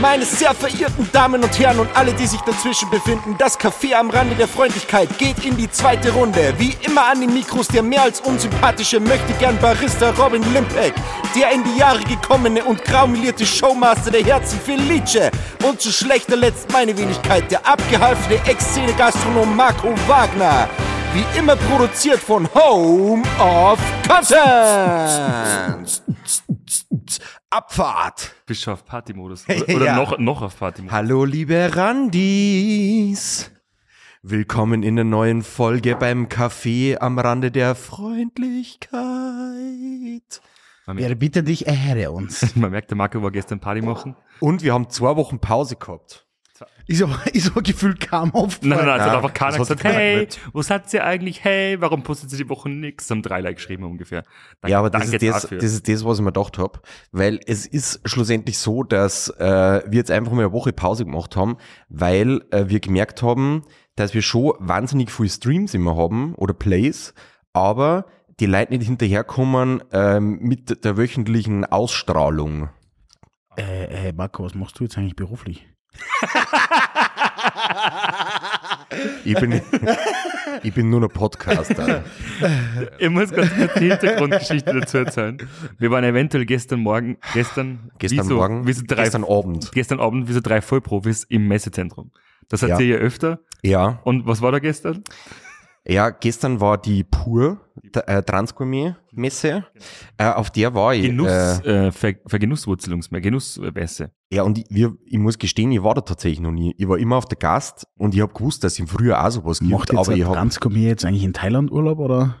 Meine sehr verehrten Damen und Herren und alle, die sich dazwischen befinden, das Café am Rande der Freundlichkeit geht in die zweite Runde. Wie immer an den Mikros der mehr als unsympathische möchte gern Barista Robin Limpeck, der in die Jahre gekommene und graumelierte Showmaster der Herzen Felice und zu schlechter Letzt meine Wenigkeit, der abgehalfene Ex-Szene-Gastronom Marco Wagner. Wie immer produziert von Home of Content. Abfahrt. Bist schon auf Partymodus. Oder, oder Ja. noch, noch auf Partymodus. Hallo liebe Randis. Willkommen in der neuen Folge beim Café am Rande der Freundlichkeit. Wer bitte dich, erhöre uns. Man merkt, der Marco war gestern Party machen. Und wir haben zwei Wochen Pause gehabt. Ist aber, ist aber gefühlt kaum auf. Nein, nein, nein, es Ja, hat einfach keiner das hat gesagt, keiner hey, gemerkt. was hat sie eigentlich, hey, warum postet sie die Woche nix? Haben drei Like geschrieben ungefähr. Danke- Ja, aber das danke ist das, dafür. das ist das, was ich mir gedacht habe. Weil es ist schlussendlich so, dass äh, wir jetzt einfach mal eine Woche Pause gemacht haben, weil äh, wir gemerkt haben, dass wir schon wahnsinnig viele Streams immer haben oder Plays, aber die Leute nicht hinterherkommen ähm, mit der wöchentlichen Ausstrahlung. Äh, äh, Marco, was machst du jetzt eigentlich beruflich? Ich bin, ich bin nur noch Podcaster. Ich muss ganz kurz die Hintergrundgeschichte dazu erzählen. Wir waren eventuell gestern Morgen, gestern, Gestern wie so, Morgen, wie so drei, gestern Abend. gestern Abend, wie so drei Vollprofis im Messezentrum. Das hat Ja. sie ja öfter. Ja. Und was war da gestern? Ja, gestern war die Pur äh, Genau. Transgourmet-Messe. Äh, auf der war ich. Genuss, Äh, äh, Ver Vergenusswurzelungsmeer, Genussbässe. ja, und ich, wir, ich muss gestehen, ich war da tatsächlich noch nie. Ich war immer auf der Gast und ich habe gewusst, dass es im Frühjahr auch sowas gibt. Macht jetzt aber ein ich hab, Transcom hier jetzt eigentlich in Thailand Urlaub oder?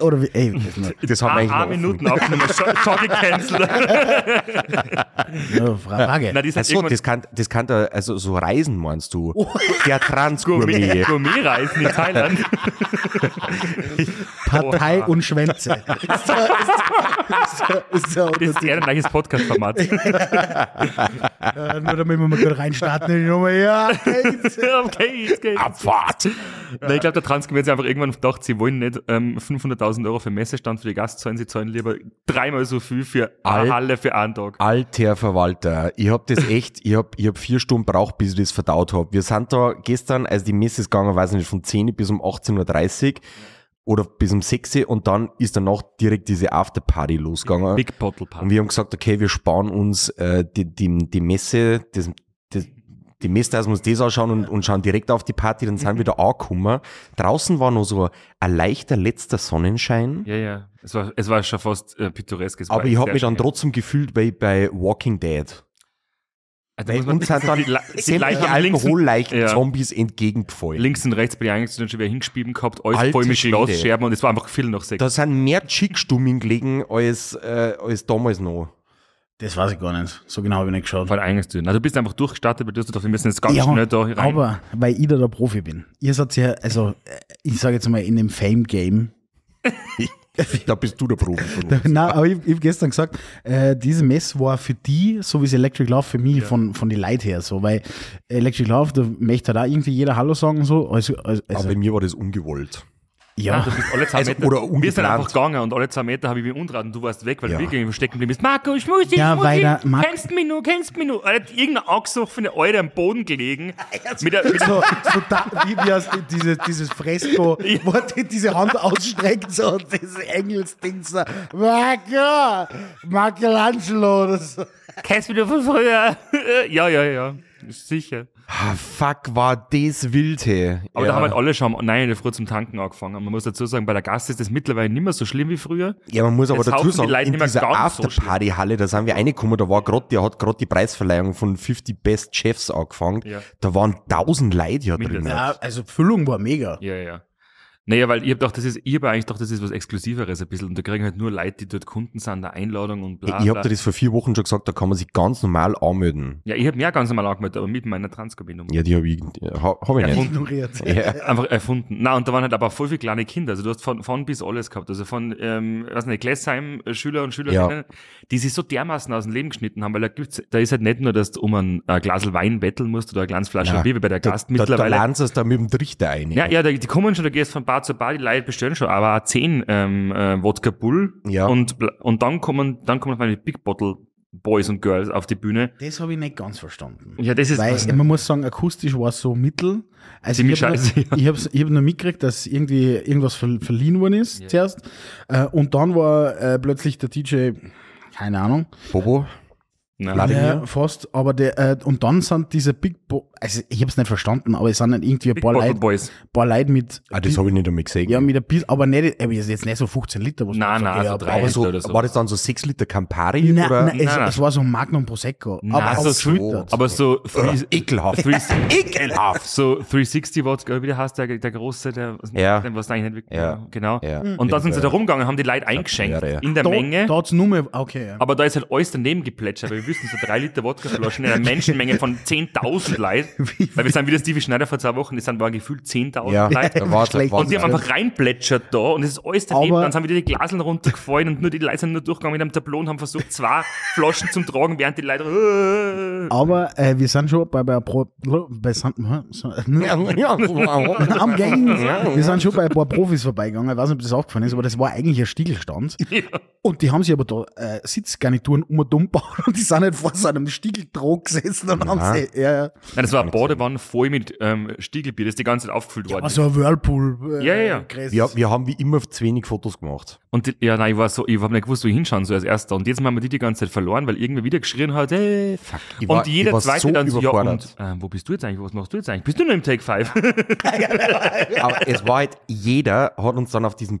oder wie, ey, das ist das haben wir eigentlich Ah, ah, noch offen. Minuten aufgenommen, schon, schon gecancelt. eine eine Frage. Nein, die sind Achso, das kann, das kann da, also so Reisen meinst du. Oh. Der Gourmet, Transgourmet. Gourmet-Reisen in Thailand. Partei und Schwänze. ist der, ist der, ist der, Das ist eher ein gleiches Podcast-Format. äh, nur damit wir mal gut reinstarten in die Nummer. Ja, okay, jetzt geht's. Abfahrt! Nein, ich glaube, der Transcom hat sich einfach irgendwann gedacht, sie wollen nicht ähm, 500.000 Euro für Messestand für die Gast zahlen, sie zahlen lieber dreimal so viel für Al- eine Halle für einen Ah. Tag. Alter Verwalter, ich hab das echt, ich hab, ich hab vier Stunden braucht, bis ich das verdaut hab. Wir sind da gestern, also die Messe ist gegangen, weiß nicht, von 10 bis um 18.30 Uhr oder bis um 6 Uhr und dann ist danach direkt diese Afterparty losgegangen. Big Bottle Und Party. wir haben gesagt, okay, wir sparen uns äh, die, die, die Messe, das, das, die Messe, dass wir uns das anschauen und, und schauen direkt auf die Party, dann Mhm. sind wir da angekommen. Draußen war noch so ein leichter letzter Sonnenschein. Ja, ja. Es war, es war schon fast äh, pittoresk. Es war Aber ich sehr hab mich dann schön. trotzdem gefühlt wie bei Walking Dead. Also, Weil muss man- uns hat dann die La- die sämtliche Leichen haben links und- alkoholleichen Ja. Zombies entgegenpfeuert. Links und rechts bin ich eingestellt, schon wieder hingespieben gehabt, alles Alte voll mit Schwede. Glasscherben und es war einfach viel noch Sex. Da sind mehr Chickstummen gelegen als, äh, als damals noch. das weiß ich gar nicht. So genau habe ich nicht geschaut. Vor der Eingangstür. Na, Also, du bist einfach durchgestartet, weil du hast gedacht, wir müssen jetzt ganz Ja, schnell ne, da rein. aber weil ich da der Profi bin. Ihr seid ja, also äh, ich sage jetzt mal in dem Fame-Game. Da bist du der Profi von uns. Nein, aber ich, ich habe gestern gesagt, äh, diese Mess war für die, so wie es Electric Love für mich von, von den Leuten her so, weil Electric Love, da möchte da irgendwie jeder Hallo sagen so. Also, also, Aber also bei mir war das ungewollt. Nein, ja, du bist alle zwei Also, Meter. oder wir sind ungeplant. halt einfach gegangen und alle zwei Meter habe ich mich unraten und du warst weg, weil Ja. du wirklich stecken geblieben bist. Marco, ich muss dich, Ja, ich muss weil dich. der Marc- kennst mich nur, kennst mich nur. Er hat irgendeine angesoffene Eule am Boden gelegen. mit der, mit so, so da, wie, wie heißt die- diese, dieses Fresko, wo er die- diese Hand ausstreckt so, und dieses Engelsding so, Marco, Michelangelo oder so. kennst mich nur von früher. ja, ja, ja. Ist sicher. Ah, fuck, war das wild, hey. Aber ja. da haben halt alle schon um nein in der Früh zum Tanken angefangen. Und man muss dazu sagen, bei der Gast ist das mittlerweile nicht mehr so schlimm wie früher. ja, man muss aber Jetzt dazu haufen die sagen, Leute in nicht mehr dieser ganz so Afterparty-Halle, da sind wir reingekommen, da war grad, der hat gerade die Preisverleihung von 50 Best Chefs angefangen. Ja. Da waren 1000 Leute ja drin. Mindestens. Ja, also Füllung war mega. Ja, ja. Naja, weil ich hab gedacht, das ist, ich hab eigentlich gedacht, das ist was Exklusiveres ein bisschen. Und da kriegen halt nur Leute, die dort Kunden sind, der Einladung und bla. Ich bla. habe dir das vor vier Wochen schon gesagt, da kann man sich ganz normal anmelden. ja, ich hab mir auch ganz normal angemeldet, aber mit meiner Transverbindung. Ja, die habe ich, ha, hab ich nicht. Ignoriert. Ja. Einfach erfunden. Na, und da waren halt aber voll viele kleine Kinder. Also du hast von, von bis alles gehabt. Also von, ähm, was nicht, Gläsheim-Schüler und Schülerinnen, die sich so dermaßen aus dem Leben geschnitten haben, weil da gibt's, da ist halt nicht nur, dass du um ein äh, Glas Wein betteln musst oder ein Glas Flasche Ja, Bier wie bei der da, Gast da, da mittlerweile. laden sie es da mit dem Trichter ein. ja, ja, da- die kommen schon, da gehst von Bar zu Bar, die Leute bestellen schon, aber auch zehn ähm, äh, Wodka Bull Ja. und, bla- und dann kommen, dann kommen auf einmal die Big Bottle Boys und Girls auf die Bühne. Das habe ich nicht ganz verstanden. Ja, das ist Weil was- man muss sagen, akustisch war es so mittel. Also Ziemlich ich habe scheiße, ja. ich hab's- ich hab nur mitgekriegt, dass irgendwie irgendwas ver verliehen worden ist zuerst. Äh, und dann war äh, plötzlich der DJ, keine Ahnung, Bobo, Nein. Wladimir. ja, fast, aber der, äh, und dann sind diese Big Bo also ich habe es nicht verstanden, aber es sind halt irgendwie ein Big paar Bottle Leute, Boys. paar Leute mit, ah, das habe ich nicht einmal gesehen. ja, mit ein bisschen, aber nicht, aber jetzt nicht so 15 Liter, was Nein, nein, man sagt, also ja, drei aber aber- so, oder so. war das dann so 6 Liter Campari Nein, oder? nein, es, Nein, nein. es war so Magnum Prosecco, Nein, also aber so auch schön- filtert. Aber so, three, Ekelhaft. three, Ekelhaft. so 360 Watts, glaube ich, wie der heißt, der, der große, der, Ja. der was eigentlich nicht wirklich, Ja. genau. Ja. Und da sind sie da rumgegangen, haben die Leute eingeschenkt Ja, ja. in der Mhm. da, Menge. Da hat's nur mehr, okay, ja. Aber da ist halt alles daneben geplätschert, weil wir wissen, so drei Liter Wodkaflaschen in einer Menschenmenge von 10.000 Leuten, weil wir sind wie der Stevie Schneider vor zwei Wochen, das sind waren gefühlt 10.000 Ja, Leute. da war's- Schlecht. war's- Und die haben einfach reinplätschert da und es ist alles daneben. Aber- dann sind wieder die Glaseln runtergefallen und nur die Leute sind nur durchgegangen mit einem Tableau und haben versucht, zwei Flaschen zum Tragen, während die Leute. Aber äh, wir sind schon bei, bei, Pro, bei sind, am Gang. Wir sind schon bei ein paar Profis vorbeigegangen. Ich weiß nicht, ob das aufgefallen ist, aber das war eigentlich ein Stiegelstand. Und die haben sich aber da äh, Sitzgarnituren um und um gebaut und die sind halt vor so einem Stiegeldroh gesessen und haben sie, ja, ja. Nein, das war eine Badewanne voll mit ähm, Stiegelbier, das ist die ganze Zeit aufgefüllt worden. Also ein Whirlpool. Äh, Ja, ja, ja. Kreis. Wir, wir haben wie immer zu wenig Fotos gemacht. Und die, ja, nein, ich war so, ich hab nicht gewusst, wo ich hinschauen soll als erster. Und jetzt haben wir die die ganze Zeit verloren, weil irgendwer wieder geschrien hat, ey. Fuck, ich war- und jeder ich war zweite so dann so, ja, und, überfordert. ähm, wo bist du jetzt eigentlich? Was machst du jetzt eigentlich? Bist du nur im Take 5? Aber es war halt, jeder hat uns dann auf diesen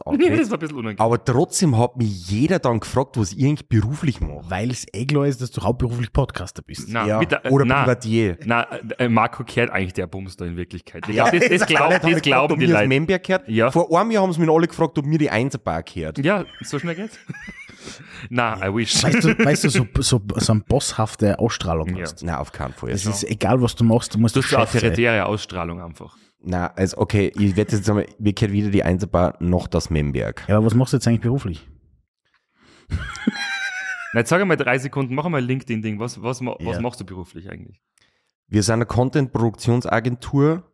das angelegt. war ein bisschen unangenehm. Aber trotzdem hat mich jeder dann gefragt, was ich eigentlich beruflich mache. Weil es eh klar ist, dass du hauptberuflich Podcaster bist. Nein, Ja, mit der- äh, oder nein. Privatier. Na, äh, Marco kehrt eigentlich der Bums da in Wirklichkeit. Ich Ja. glaub, das, das, glaub, Leute haben das glauben mich gefragt, ob die mir das Leute. Memberg gehört. Ja. Vor einem Jahr haben sie mich alle gefragt, ob mir die Einserbar gehört. Ja, so schnell geht's. Na, I wish. Weißt du, weißt du so, so, so eine bosshafte Ausstrahlung Ja. hast. Nein, auf keinen Fall. Also, Es ist egal, was du machst, du musst Du hast eine Chef sein. autoritäre Ausstrahlung einfach. Nein, also okay, ich werde jetzt einmal, wir kennen weder die Einserbar noch das Memberg. Ja, aber was machst du jetzt eigentlich beruflich? Na, jetzt sag einmal drei Sekunden, mach einmal ein LinkedIn-Ding. Was, was, ma- was Ja. machst du beruflich eigentlich? Wir sind eine Content-Produktionsagentur,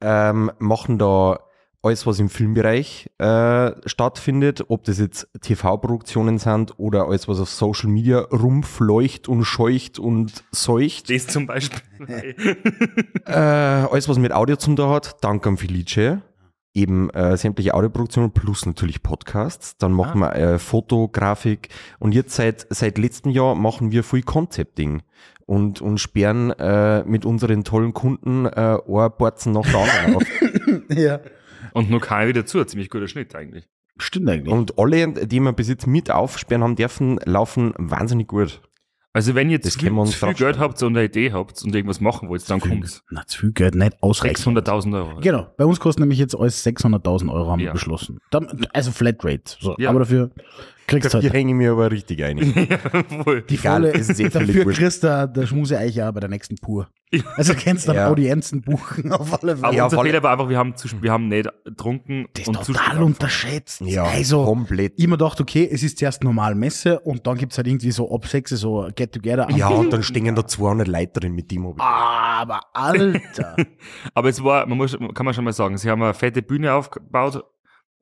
ähm, machen da alles, was im Filmbereich äh, stattfindet, ob das jetzt TV-Produktionen sind oder alles, was auf Social Media rumfleucht und scheucht und seucht. Das zum Beispiel. Äh, alles, was mit Audio zum da hat, danke an Felice. Eben äh, sämtliche Audioproduktionen plus natürlich Podcasts. Dann machen Ah. wir äh, Foto, Grafik. Und jetzt seit, seit letztem Jahr machen wir viel Concept-Ding. Und, und sperren äh, mit unseren tollen Kunden äh, ein Borzen nach der anderen auf. Ja. Und nur keiner wieder zu, ein ziemlich guter Schnitt eigentlich. Stimmt eigentlich. Und alle, die wir bis jetzt mit aufsperren haben dürfen, laufen wahnsinnig gut. Also wenn ihr jetzt Das viel, können wir uns zu viel draufschreiben. Geld habt und eine Idee habt und irgendwas machen wollt, dann kommt's. Na, zu viel Geld nicht ausreichend. 600.000 Euro. Genau, bei uns kostet nämlich jetzt alles 600.000 Euro, haben Ja. wir beschlossen. Dann, also Flatrate. So. Ja. Aber dafür kriegst du Hier halt hänge ich mir aber richtig ein. Jawohl. die egal, volle, ist eh völlig dafür wurscht. kriegst du der Schmuse eigentlich auch bei der nächsten Pur. Also kannst du dann Ja. Audienzen buchen auf alle Aber Fälle. Ja, unser voll- Fehler war einfach, wir haben, zu, wir haben nicht getrunken Hm. Das und ist zu total spät. unterschätzt. Ja, also, komplett. ich mir gedacht, okay, es ist zuerst normal Messe und dann gibt es halt irgendwie so ab 6 so Get Together. Ja, und dann stehen da 200 Leute drin mit dem. hab ich- Ah, Aber Alter. Aber es war, man muss, kann man schon mal sagen, sie haben eine fette Bühne aufgebaut,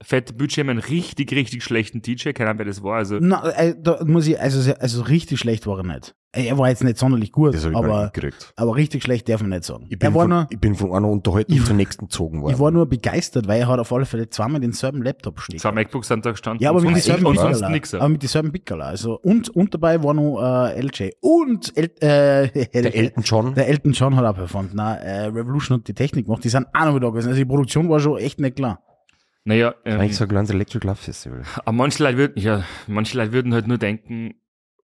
fette Budget, haben einen richtig, richtig schlechten DJ, keine Ahnung, wer das war. Also Na, äh, da muss ich, also, sehr- also richtig schlecht war er nicht. Äh, Er war jetzt nicht sonderlich gut, Das hab ich gar aber, nicht gekriegt. aber richtig schlecht darf man nicht sagen. Ich bin, er war von, nur, ich bin von einer Unterhaltung zur nächsten gezogen worden. ich war nur begeistert, weil er hat auf alle Fälle zweimal denselben Laptop stehen. zwei MacBooks sind da gestanden. Ja, aber mit sonst, dieselben und sonst Pickerler. nichts. Aber mit dieselben Pickerler. Also, und, und dabei war noch äh, LJ. Und El, äh, der Elton John. der Elton John hat auch performt. Nein, äh, Revolution hat die Technik gemacht. Die sind auch noch wieder da gewesen. Also die Produktion war schon echt nicht klar. Naja, ähm, Eigentlich so ein kleines Electric Love Festival. aber manche Leute, würden, ja, manche Leute würden halt nur denken,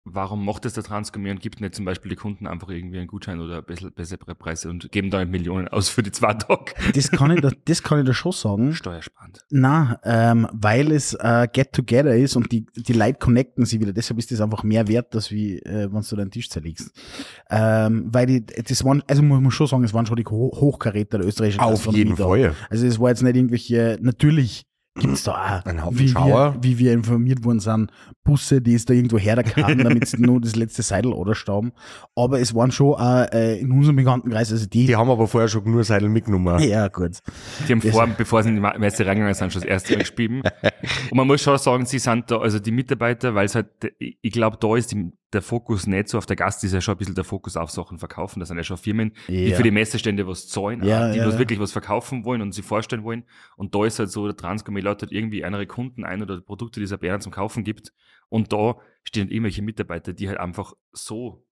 warum macht das der Transcomier und gibt nicht zum Beispiel die Kunden einfach irgendwie einen Gutschein oder ein bisschen bessere Preise und geben da Millionen aus für die zwei Tage. Das kann ich da, das kann ich da schon sagen. Steuersparend. Na, ähm, weil es äh, Get Together ist und die, die Leute connecten sie wieder. Deshalb ist das einfach mehr wert, als wie äh, wenn du deinen Tisch zerlegst. Ähm, weil die, das waren, also muss man schon sagen, es waren schon die Ho Hochkaräter der österreichischen Gastronomie da. Also es war jetzt nicht irgendwelche, natürlich gibt's da auch, Ein Haufen wie, wir, Schauer. wie wir informiert worden sind, Busse, die ist da irgendwo hergekommen, damit sie nur das letzte Seidel oder stauben. Aber es waren schon auch, äh, in unserem Bekanntenkreis, also die. Die haben aber vorher schon nur Seidel mitgenommen. ja, gut. Die haben vor, bevor sie in die Ma- Messe reingegangen sind, schon das erste Mal gespielt. Und man muss schon sagen, sie sind da, also die Mitarbeiter, weil es halt, ich ich glaube, da ist die, der Fokus nicht so auf der Gast, ist ja schon ein bisschen der Fokus auf Sachen verkaufen. Das sind ja schon Firmen, die Ja. für die Messestände was zahlen, Ja, die ja, bloß ja. wirklich was verkaufen wollen und sie vorstellen wollen. Und da ist halt so, der Transgourmet läutet irgendwie andere Kunden ein oder Produkte, die es ab Bären zum Kaufen gibt. Und da stehen halt irgendwelche Mitarbeiter, die halt einfach so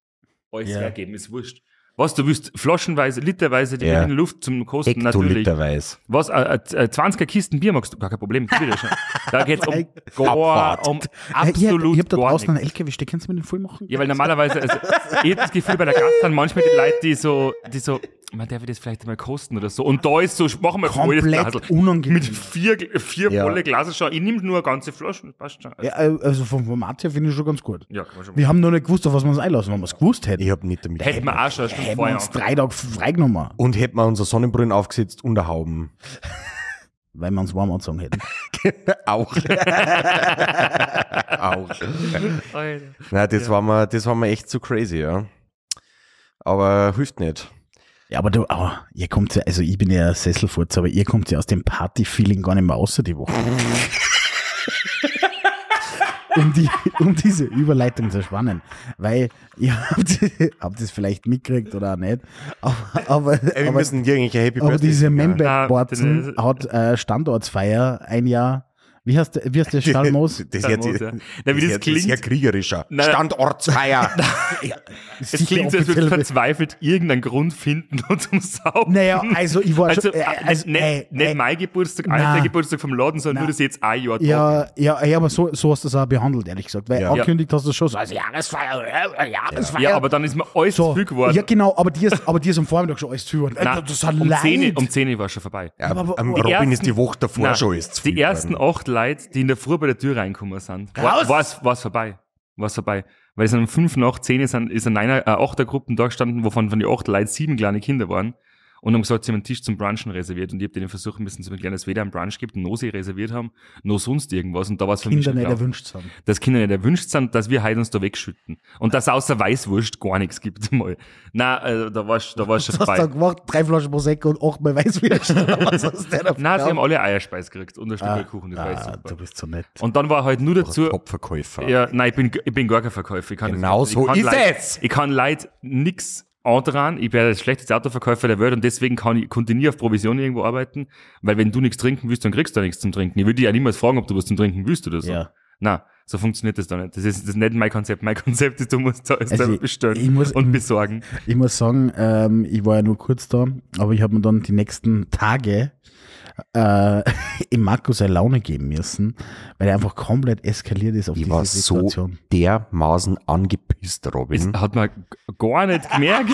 alles Ja. hergeben, ist wurscht. Was du willst, flaschenweise, literweise, die Ja. yeah. Luft zum Kosten natürlich. Hektoliterweise. Was, äh, äh, 20er Kisten Bier magst du? Gar kein Problem. gib dir das schon. Da geht's um, Mein gar, Abfahrt. um ich hab, absolut ich hab da gar draußen einen nichts. LKW stehen, kannst du mir den voll machen? Ja, weil normalerweise, also, ich hab das Gefühl, bei der Gast sind manchmal die Leute, die so, die so, man darf ich das vielleicht mal kosten oder so. Und da ist so, machen wir volles Komplett Glasl. unangenehm. Mit vier, vier Ja. volle Glasen schon. Ich nehme nur eine ganze Flasche, das passt schon. Ja, äh, also vom Format her finde ich schon ganz gut. Ja, kann man schon. Wir haben noch nicht gewusst, auf was wir uns einlassen. Wenn wir es gewusst hätten, Ich hab nicht damit. Hätten wir auch schon eine Stunde hätten wir vorher. uns drei Tage freigenommen, Und hätten wir unser Sonnenbrillen aufgesetzt und eine Hauben. weil wir uns warm angezogen hätten. Auch. Auch. angefangen. Nein, das, war mir, das war mir echt zu crazy, ja. Aber hilft nicht. Ja, aber du, aber ihr kommt ja, also ich bin ja Sesselfurz, aber ihr kommt ja aus dem Party-Feeling gar nicht mehr außer die Woche. um, die, um diese Überleitung zu spannen. Weil ihr habt, habt es vielleicht mitgekriegt oder auch nicht. Aber, aber, Ey, wir aber, müssen dir eigentlich ein Happy aber Birthday diese singen, ja. Memberg-Borzen Ah, das- hat äh, Standortsfeier ein Jahr. Wie heißt der, wie heißt der Stallmoos? Das Dann hört muss, sich- ja. Nein, das wie das hört sich sehr klingt, kriegerischer. Nein. Standortsfeier. es klingt, so, als würde verzweifelt irgendeinen Grund finden und zum Saufen. Naja, also ich war Also, schon. Äh, also, nicht, äh, nicht äh, mein Geburtstag, na. alter Geburtstag vom Laden, sondern nur, dass ich jetzt ein Jahr da Ja, ja, ja, aber so, so hast du es auch behandelt, ehrlich gesagt. Weil Ja. angekündigt hast du es schon so, also Jahresfeier, äh, Jahresfeier. Ja, aber dann ist mir alles so. zu viel geworden. Ja, genau, aber die ist, aber die ist am Vormittag schon alles zu geworden. Nein, Alter, das hat um, leid. 10, um 10 war es schon vorbei. Ja, aber- am die Robin ist ersten- die Woche davor Nein, schon ist zu viel die ersten geworden. acht Leute, die in der Früh bei der Tür reinkommen sind, Raus! war es vorbei. War es vorbei. Weil es um 5 nach 10 ist, ein- ist ein einer, äh, achter Gruppen da gestanden, wovon von den acht Leuten sieben kleine Kinder waren. Und haben gesagt, sie haben einen Tisch zum Brunchen reserviert. Und ich habe denen versuchen müssen zu erklären, dass weder einen Brunch gibt, noch sie reserviert haben, noch sonst irgendwas. Und da war es für mich Kinder schon nicht klar, erwünscht haben. dass Kinder nicht erwünscht sind, dass wir heute uns da wegschütten. Und dass außer Weißwurst gar nichts gibt. Mal. Nein, also, da war es da war's schon Was hast vorbei. du gemacht? Drei Flaschen Prosecco und achtmal Weißwürstchen. Was hast du denn Nein, sie haben alle Eierspeis gekriegt und ein Stück Kuchen, das war ah, jetzt du super. bist so nett. Und dann war halt nur dazu, Top-Verkäufer. ja, nein, ich bin, ich bin gar kein Verkäufer. Ich kann Genau ich so kann ist Leid, es! Ich kann Leid nix andran, ich wäre der schlechteste Autoverkäufer der Welt und deswegen kann ich, konnte ich nie auf Provision irgendwo arbeiten, weil wenn du nichts trinken willst, dann kriegst du auch nichts zum Trinken. Ich würde dich ja niemals fragen, ob du was zum Trinken willst oder so. Ja. Na, so funktioniert das doch nicht. Das ist, das ist nicht mein Konzept. Mein Konzept ist, du musst alles Also also ich- bestellen ich muss- und besorgen. Ich muss sagen, ähm, ich war ja nur kurz da, aber ich habe mir dann die nächsten Tage äh, im Markus eine Laune geben müssen, weil er einfach komplett eskaliert ist auf Ich diese war so Situation. dermaßen angepisst, Das Robin. hat man g- gar nicht gemerkt.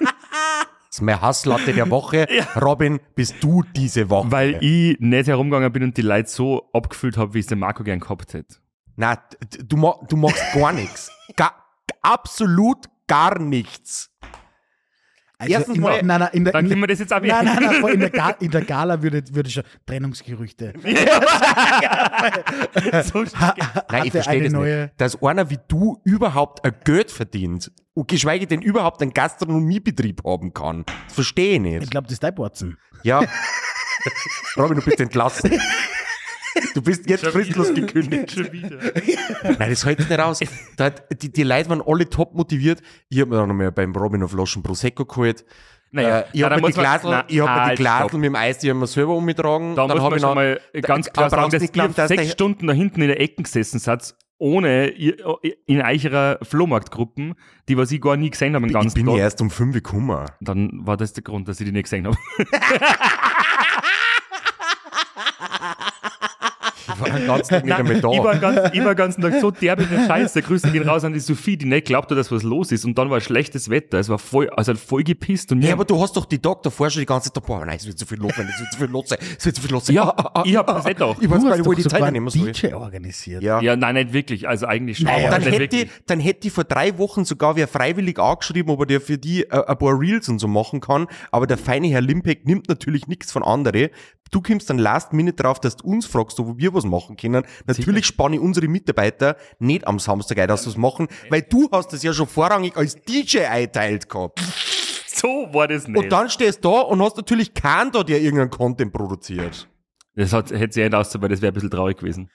Das ist meine Hasslatte der Woche. Robin, bist du diese Woche? Weil ich nicht herumgegangen bin und die Leute so abgefüllt habe, wie es der Marco gern gehabt hätte. Nein, d- du, ma- du machst gar nichts. Ga, absolut gar nichts. Also Erstens in, mal- nein, nein, in der, Dann in, können wir das jetzt ab. Nein, nein, nein, voll in der, Ga in der Gala würde, würde schon Trennungsgerüchte. so Ha, Nein, hatte ich verstehe eine das neue. nicht. Dass einer wie du überhaupt ein Geld verdient und geschweige denn überhaupt einen Gastronomiebetrieb haben kann. Das verstehe ich Ich nicht. glaube, das ist dein Borzen. Ja. Robin, du bist entlassen. Du bist jetzt fristlos gekündigt. Schon wieder. Nein, das hält nicht aus. Da hat, die, die Leute waren alle top motiviert. Ich habe mir dann nochmal beim Robin eine Flaschen Prosecco geholt. Naja, äh, ich na, habe dann mir die muss man- Glasel, na, ich hab mir halt, die Glasel stopp. mit dem Eis, die haben wir selber umgetragen. Da muss hab man schon mal ganz da- klar da sagen, brauchst du dass nicht glauben, ihr dass sechs der- Stunden da hinten in der Ecken gesessen seid, ohne ihr- in Eicherer Flohmarktgruppen, die was ich gar nie gesehen habe den ich ganzen bin ja Tag. erst um fünf gekommen. Dann war das der Grund, dass ich die nicht gesehen habe. Ich war den ganzen Tag nicht Nein, einmal ich, da. war den ganzen, ich war den ganzen Tag so derb in der Scheiße. Grüße gehen raus an die Sophie, die nicht glaubte, dass was los ist. Und dann war schlechtes Wetter. Es war voll, also hat voll gepisst. Und ja, mir- aber du hast doch die Doktor vorher schon die ganze Zeit, boah, nein, es wird zu viel los sein, es wird zu viel los sein, es wird zu viel los sein. Ja, ich ah, hab das nicht auch. Ich weiß Du gar hast nicht, wo doch ich die sogar Zeit nehmen soll. einen DJ organisiert. Ja. ja, nein, nicht wirklich. Also eigentlich schon. aber dann, nicht hätte, ich- wirklich. dann hätte ich vor drei Wochen sogar wer freiwillig angeschrieben, ob er dir für die äh, ein paar Reels und so machen kann. Aber der feine Herr Limpeck nimmt natürlich nichts von andere. Du kommst dann last minute drauf, dass du uns fragst, ob wir was machen können. Natürlich spanne ich unsere Mitarbeiter nicht am Samstag ein, dass sie was machen, weil du hast das ja schon vorrangig als DJ einteilt gehabt. So war das nicht. Und dann stehst du da und hast natürlich keinen da, der irgendeinen Content produziert. das hat, hätte sich nicht auszuhören, weil das wäre ein bisschen traurig gewesen.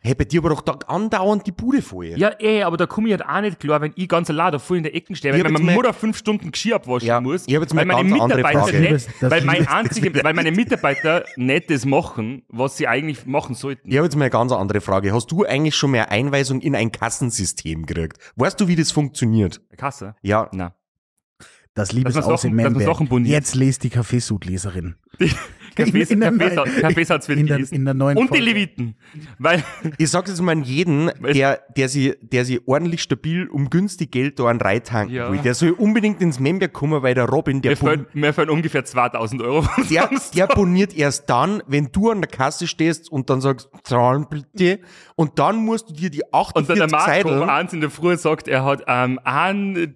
Hey, bei dir war doch da andauernd die Bude voll. Ja, eh, aber da komme ich halt auch nicht klar, wenn ich ganz allein da voll in der Ecke stehe, Ich weil hab meine jetzt mal- Mutter fünf Stunden Geschirr abwaschen Ja, muss, ich hab jetzt mal weil meine eine ganz andere Mitarbeiter Frage. nicht, Das- weil, mein das- einzige, weil meine Mitarbeiter nicht das machen, was sie eigentlich machen sollten. Ich habe jetzt mal eine ganz andere Frage. Hast du eigentlich schon mehr Einweisung in ein Kassensystem gekriegt? Weißt du, wie das funktioniert? Kasse? Ja. Na. Dass Das man's Liebesaus Lochen- in dass man's Lochen Memberg. boniert. Jetzt lest die Kaffeesud-Leserin. Kaffees, in der Kaffees, neuen- Kaffees hat's wieder in der- gelesen. in der neuen Und die Folge. Leviten. Weil, Ich sag's jetzt mal an jeden, der, der sie, der sie ordentlich stabil um günstig Geld da an reintanken Ja. will. Der soll unbedingt ins Member kommen, weil der Robin, der, mir bon fallen, mir fallen ungefähr 2000 Euro. der, der boniert erst dann, wenn du an der Kasse stehst und dann sagst, zahlen bitte. Und dann musst du dir die Und dann der 48 Marco um Seideln- eins in der Früh sagt, er hat ähm, ein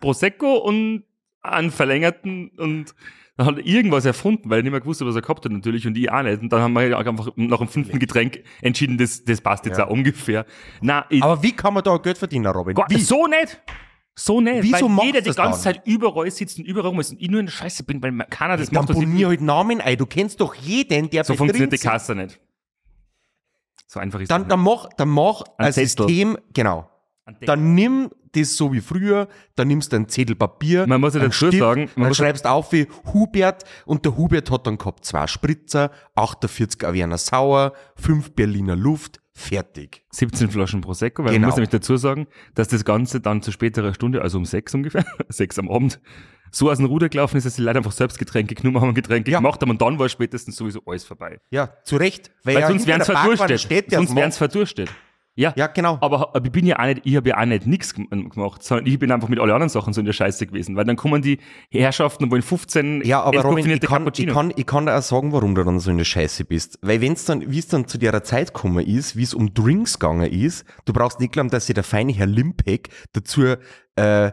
Prosecco und einen verlängerten und dann hat er irgendwas erfunden, weil er nicht mehr gewusst hat, was er gehabt hat natürlich und ich auch nicht. Und dann haben wir halt einfach nach dem fünften Getränk entschieden, das, das passt jetzt auch ungefähr. Na, ich, Aber wie kann man da Geld verdienen, Robin? Gott, wie? so nicht! So nicht, Wieso weil machst jeder die du's ganze dann? Zeit überall sitzt und überall rum ist und ich nur in der Scheiße bin, weil keiner das Dann macht. was ich bonier halt Namen ein. Du kennst doch jeden, der so bei funktioniert die drin sitzt. Kasse nicht. So einfach ist Dann, dann mach, dann mach ein, Zettel. System, genau. Dann nimm das so wie früher, dann nimmst du einen Zettel Papier, Man muss ja einen dazu sagen, man dann muss- schreibst auf wie Hubert und der Hubert hat dann gehabt zwei Spritzer, 48er Wiener Sauer, fünf Berliner Luft, fertig. 17 Flaschen Prosecco, weil man Genau. muss nämlich dazu sagen, dass das Ganze dann zu späterer Stunde, also um sechs ungefähr, sechs am Abend, so aus dem Ruder gelaufen ist, dass die Leute einfach selbst Getränke genommen haben, Getränke Ja. gemacht haben und dann war spätestens sowieso alles vorbei. Ja, zu Recht. Weil sonst wären es verdurstet. Steht, der sonst macht. wären es verdurstet. Ja. Ja, genau. Aber ich bin ja auch nicht, ich habe ja auch nicht nichts gemacht, sondern ich bin einfach mit allen anderen Sachen so in der Scheiße gewesen, weil dann kommen die Herrschaften und wollen 15 Ja, aber Robin, ich entkoffinierte kann, ich, Cappuccino. kann, ich kann dir auch sagen, warum du dann so in der Scheiße bist. Weil wenn's dann, wie es dann zu der Zeit gekommen ist, wie es um Drinks gegangen ist, du brauchst nicht glauben, dass sich der feine Herr Limpeck dazu äh,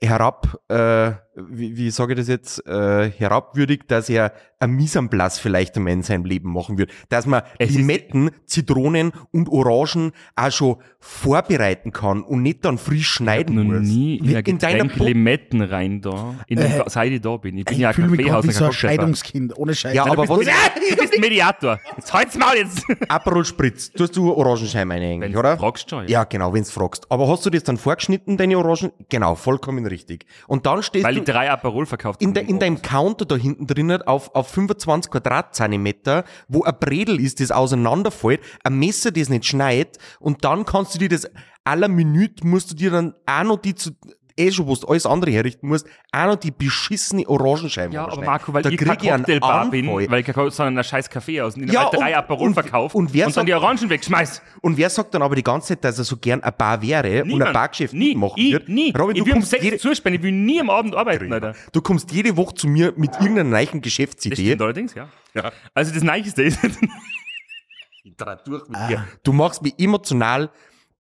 herab, äh, wie, wie sage ich das jetzt, äh, herabwürdigt, dass er ein Mise en Place vielleicht einmal in seinem Leben machen wird. Dass man Es ist- Limetten, Zitronen und Orangen auch schon vorbereiten kann und nicht dann frisch schneiden noch muss. nie in, Wie ein in deiner Äh, Getränk Limetten rein da, in den, seit ich da bin. Ich bin Ich ja ein fühle mich gerade Kaffeehaus, wie so ein kein Cocktailbar. Scheidungskind, ohne Scheiß. Ja, aber was, Du bist Mediator. Jetzt halt's Maul jetzt. Aperol Spritz, tust du Orangenscheiben rein eigentlich, oder? Fragst schon, ja. Ja, genau, wenn's fragst. Aber hast du das dann vorgeschnitten, deine Orangen? Genau, vollkommen richtig. Und dann stehst Weil du ich drei Aperol verkauft in, habe. de, in deinem Counter da hinten drinnen auf, auf 25 Quadratzentimeter, wo ein Bredel ist, das auseinanderfällt, ein Messer, das nicht schneit, und dann kannst du dir das aller Minute musst du dir dann auch noch die zu, eh schon, wo du alles andere herrichten musst, auch noch die beschissene Orangenscheiben Ja, aber runterschneiden. Marco, weil da ich krieg kein ich einen Cocktailbar bin, Anfall. weil ich kein sondern ein scheiß Kaffee aus und ich Ja, ja, drei und- Aperol und- verkauft und wer dann sagt- die Orangen wegschmeißt. Und wer sagt dann aber die ganze Zeit, dass er so gern ein Bar wäre und ein Niemand. Bargeschäft nie, machen ich, wird? Nie. Robin, ich du will um kommst, sechs jede, zusperren, ich will nie am Abend arbeiten, Alter. du kommst jede Woche zu mir mit irgendeiner neuen Das Geschäftsidee. stimmt allerdings, ja. Also das Neicheste ist, Ich dreh durch mit dir. Du machst mich emotional,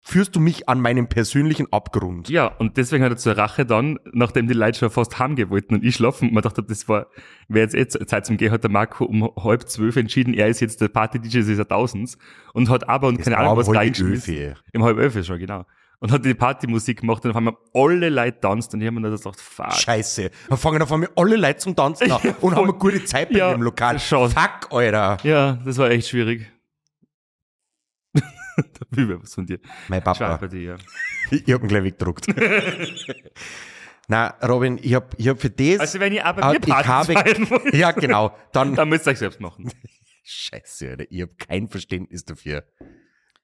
führst du mich an meinen persönlichen Abgrund. ja, und deswegen hat er zur Rache dann, nachdem die Leute schon fast heimgehen wollten und ich schlafen, und man dachte, das war, wäre jetzt eh Z- Zeit zum Gehen, hat der Marco um halb zwölf entschieden, er ist jetzt der Party-DJ des Jahrtausends und hat aber, und keine war Ahnung, aber was halb reingeschmissen. elf, ey. Im halb elf schon, genau. Und hat die Partymusik gemacht und auf einmal alle Leute tanzt und ich habe mir dann gedacht, fuck. Scheiße. Dann fangen auf einmal alle Leute zum Tanzen an und haben eine gute Zeit bei Ja, dem Lokal. schon. Fuck, Alter. Ja, das war echt schwierig. da will mir was von dir. Mein Schade Papa. bei dir, ja. Ich hab ihn gleich weggedruckt. Na, Robin, ich hab, ich hab für das. Also wenn ihr aber Ah, mir Partys habe- feiern wollt, ja, genau. Dann, dann müsst ihr euch selbst machen. Scheiße, Alter, ich habe kein Verständnis dafür.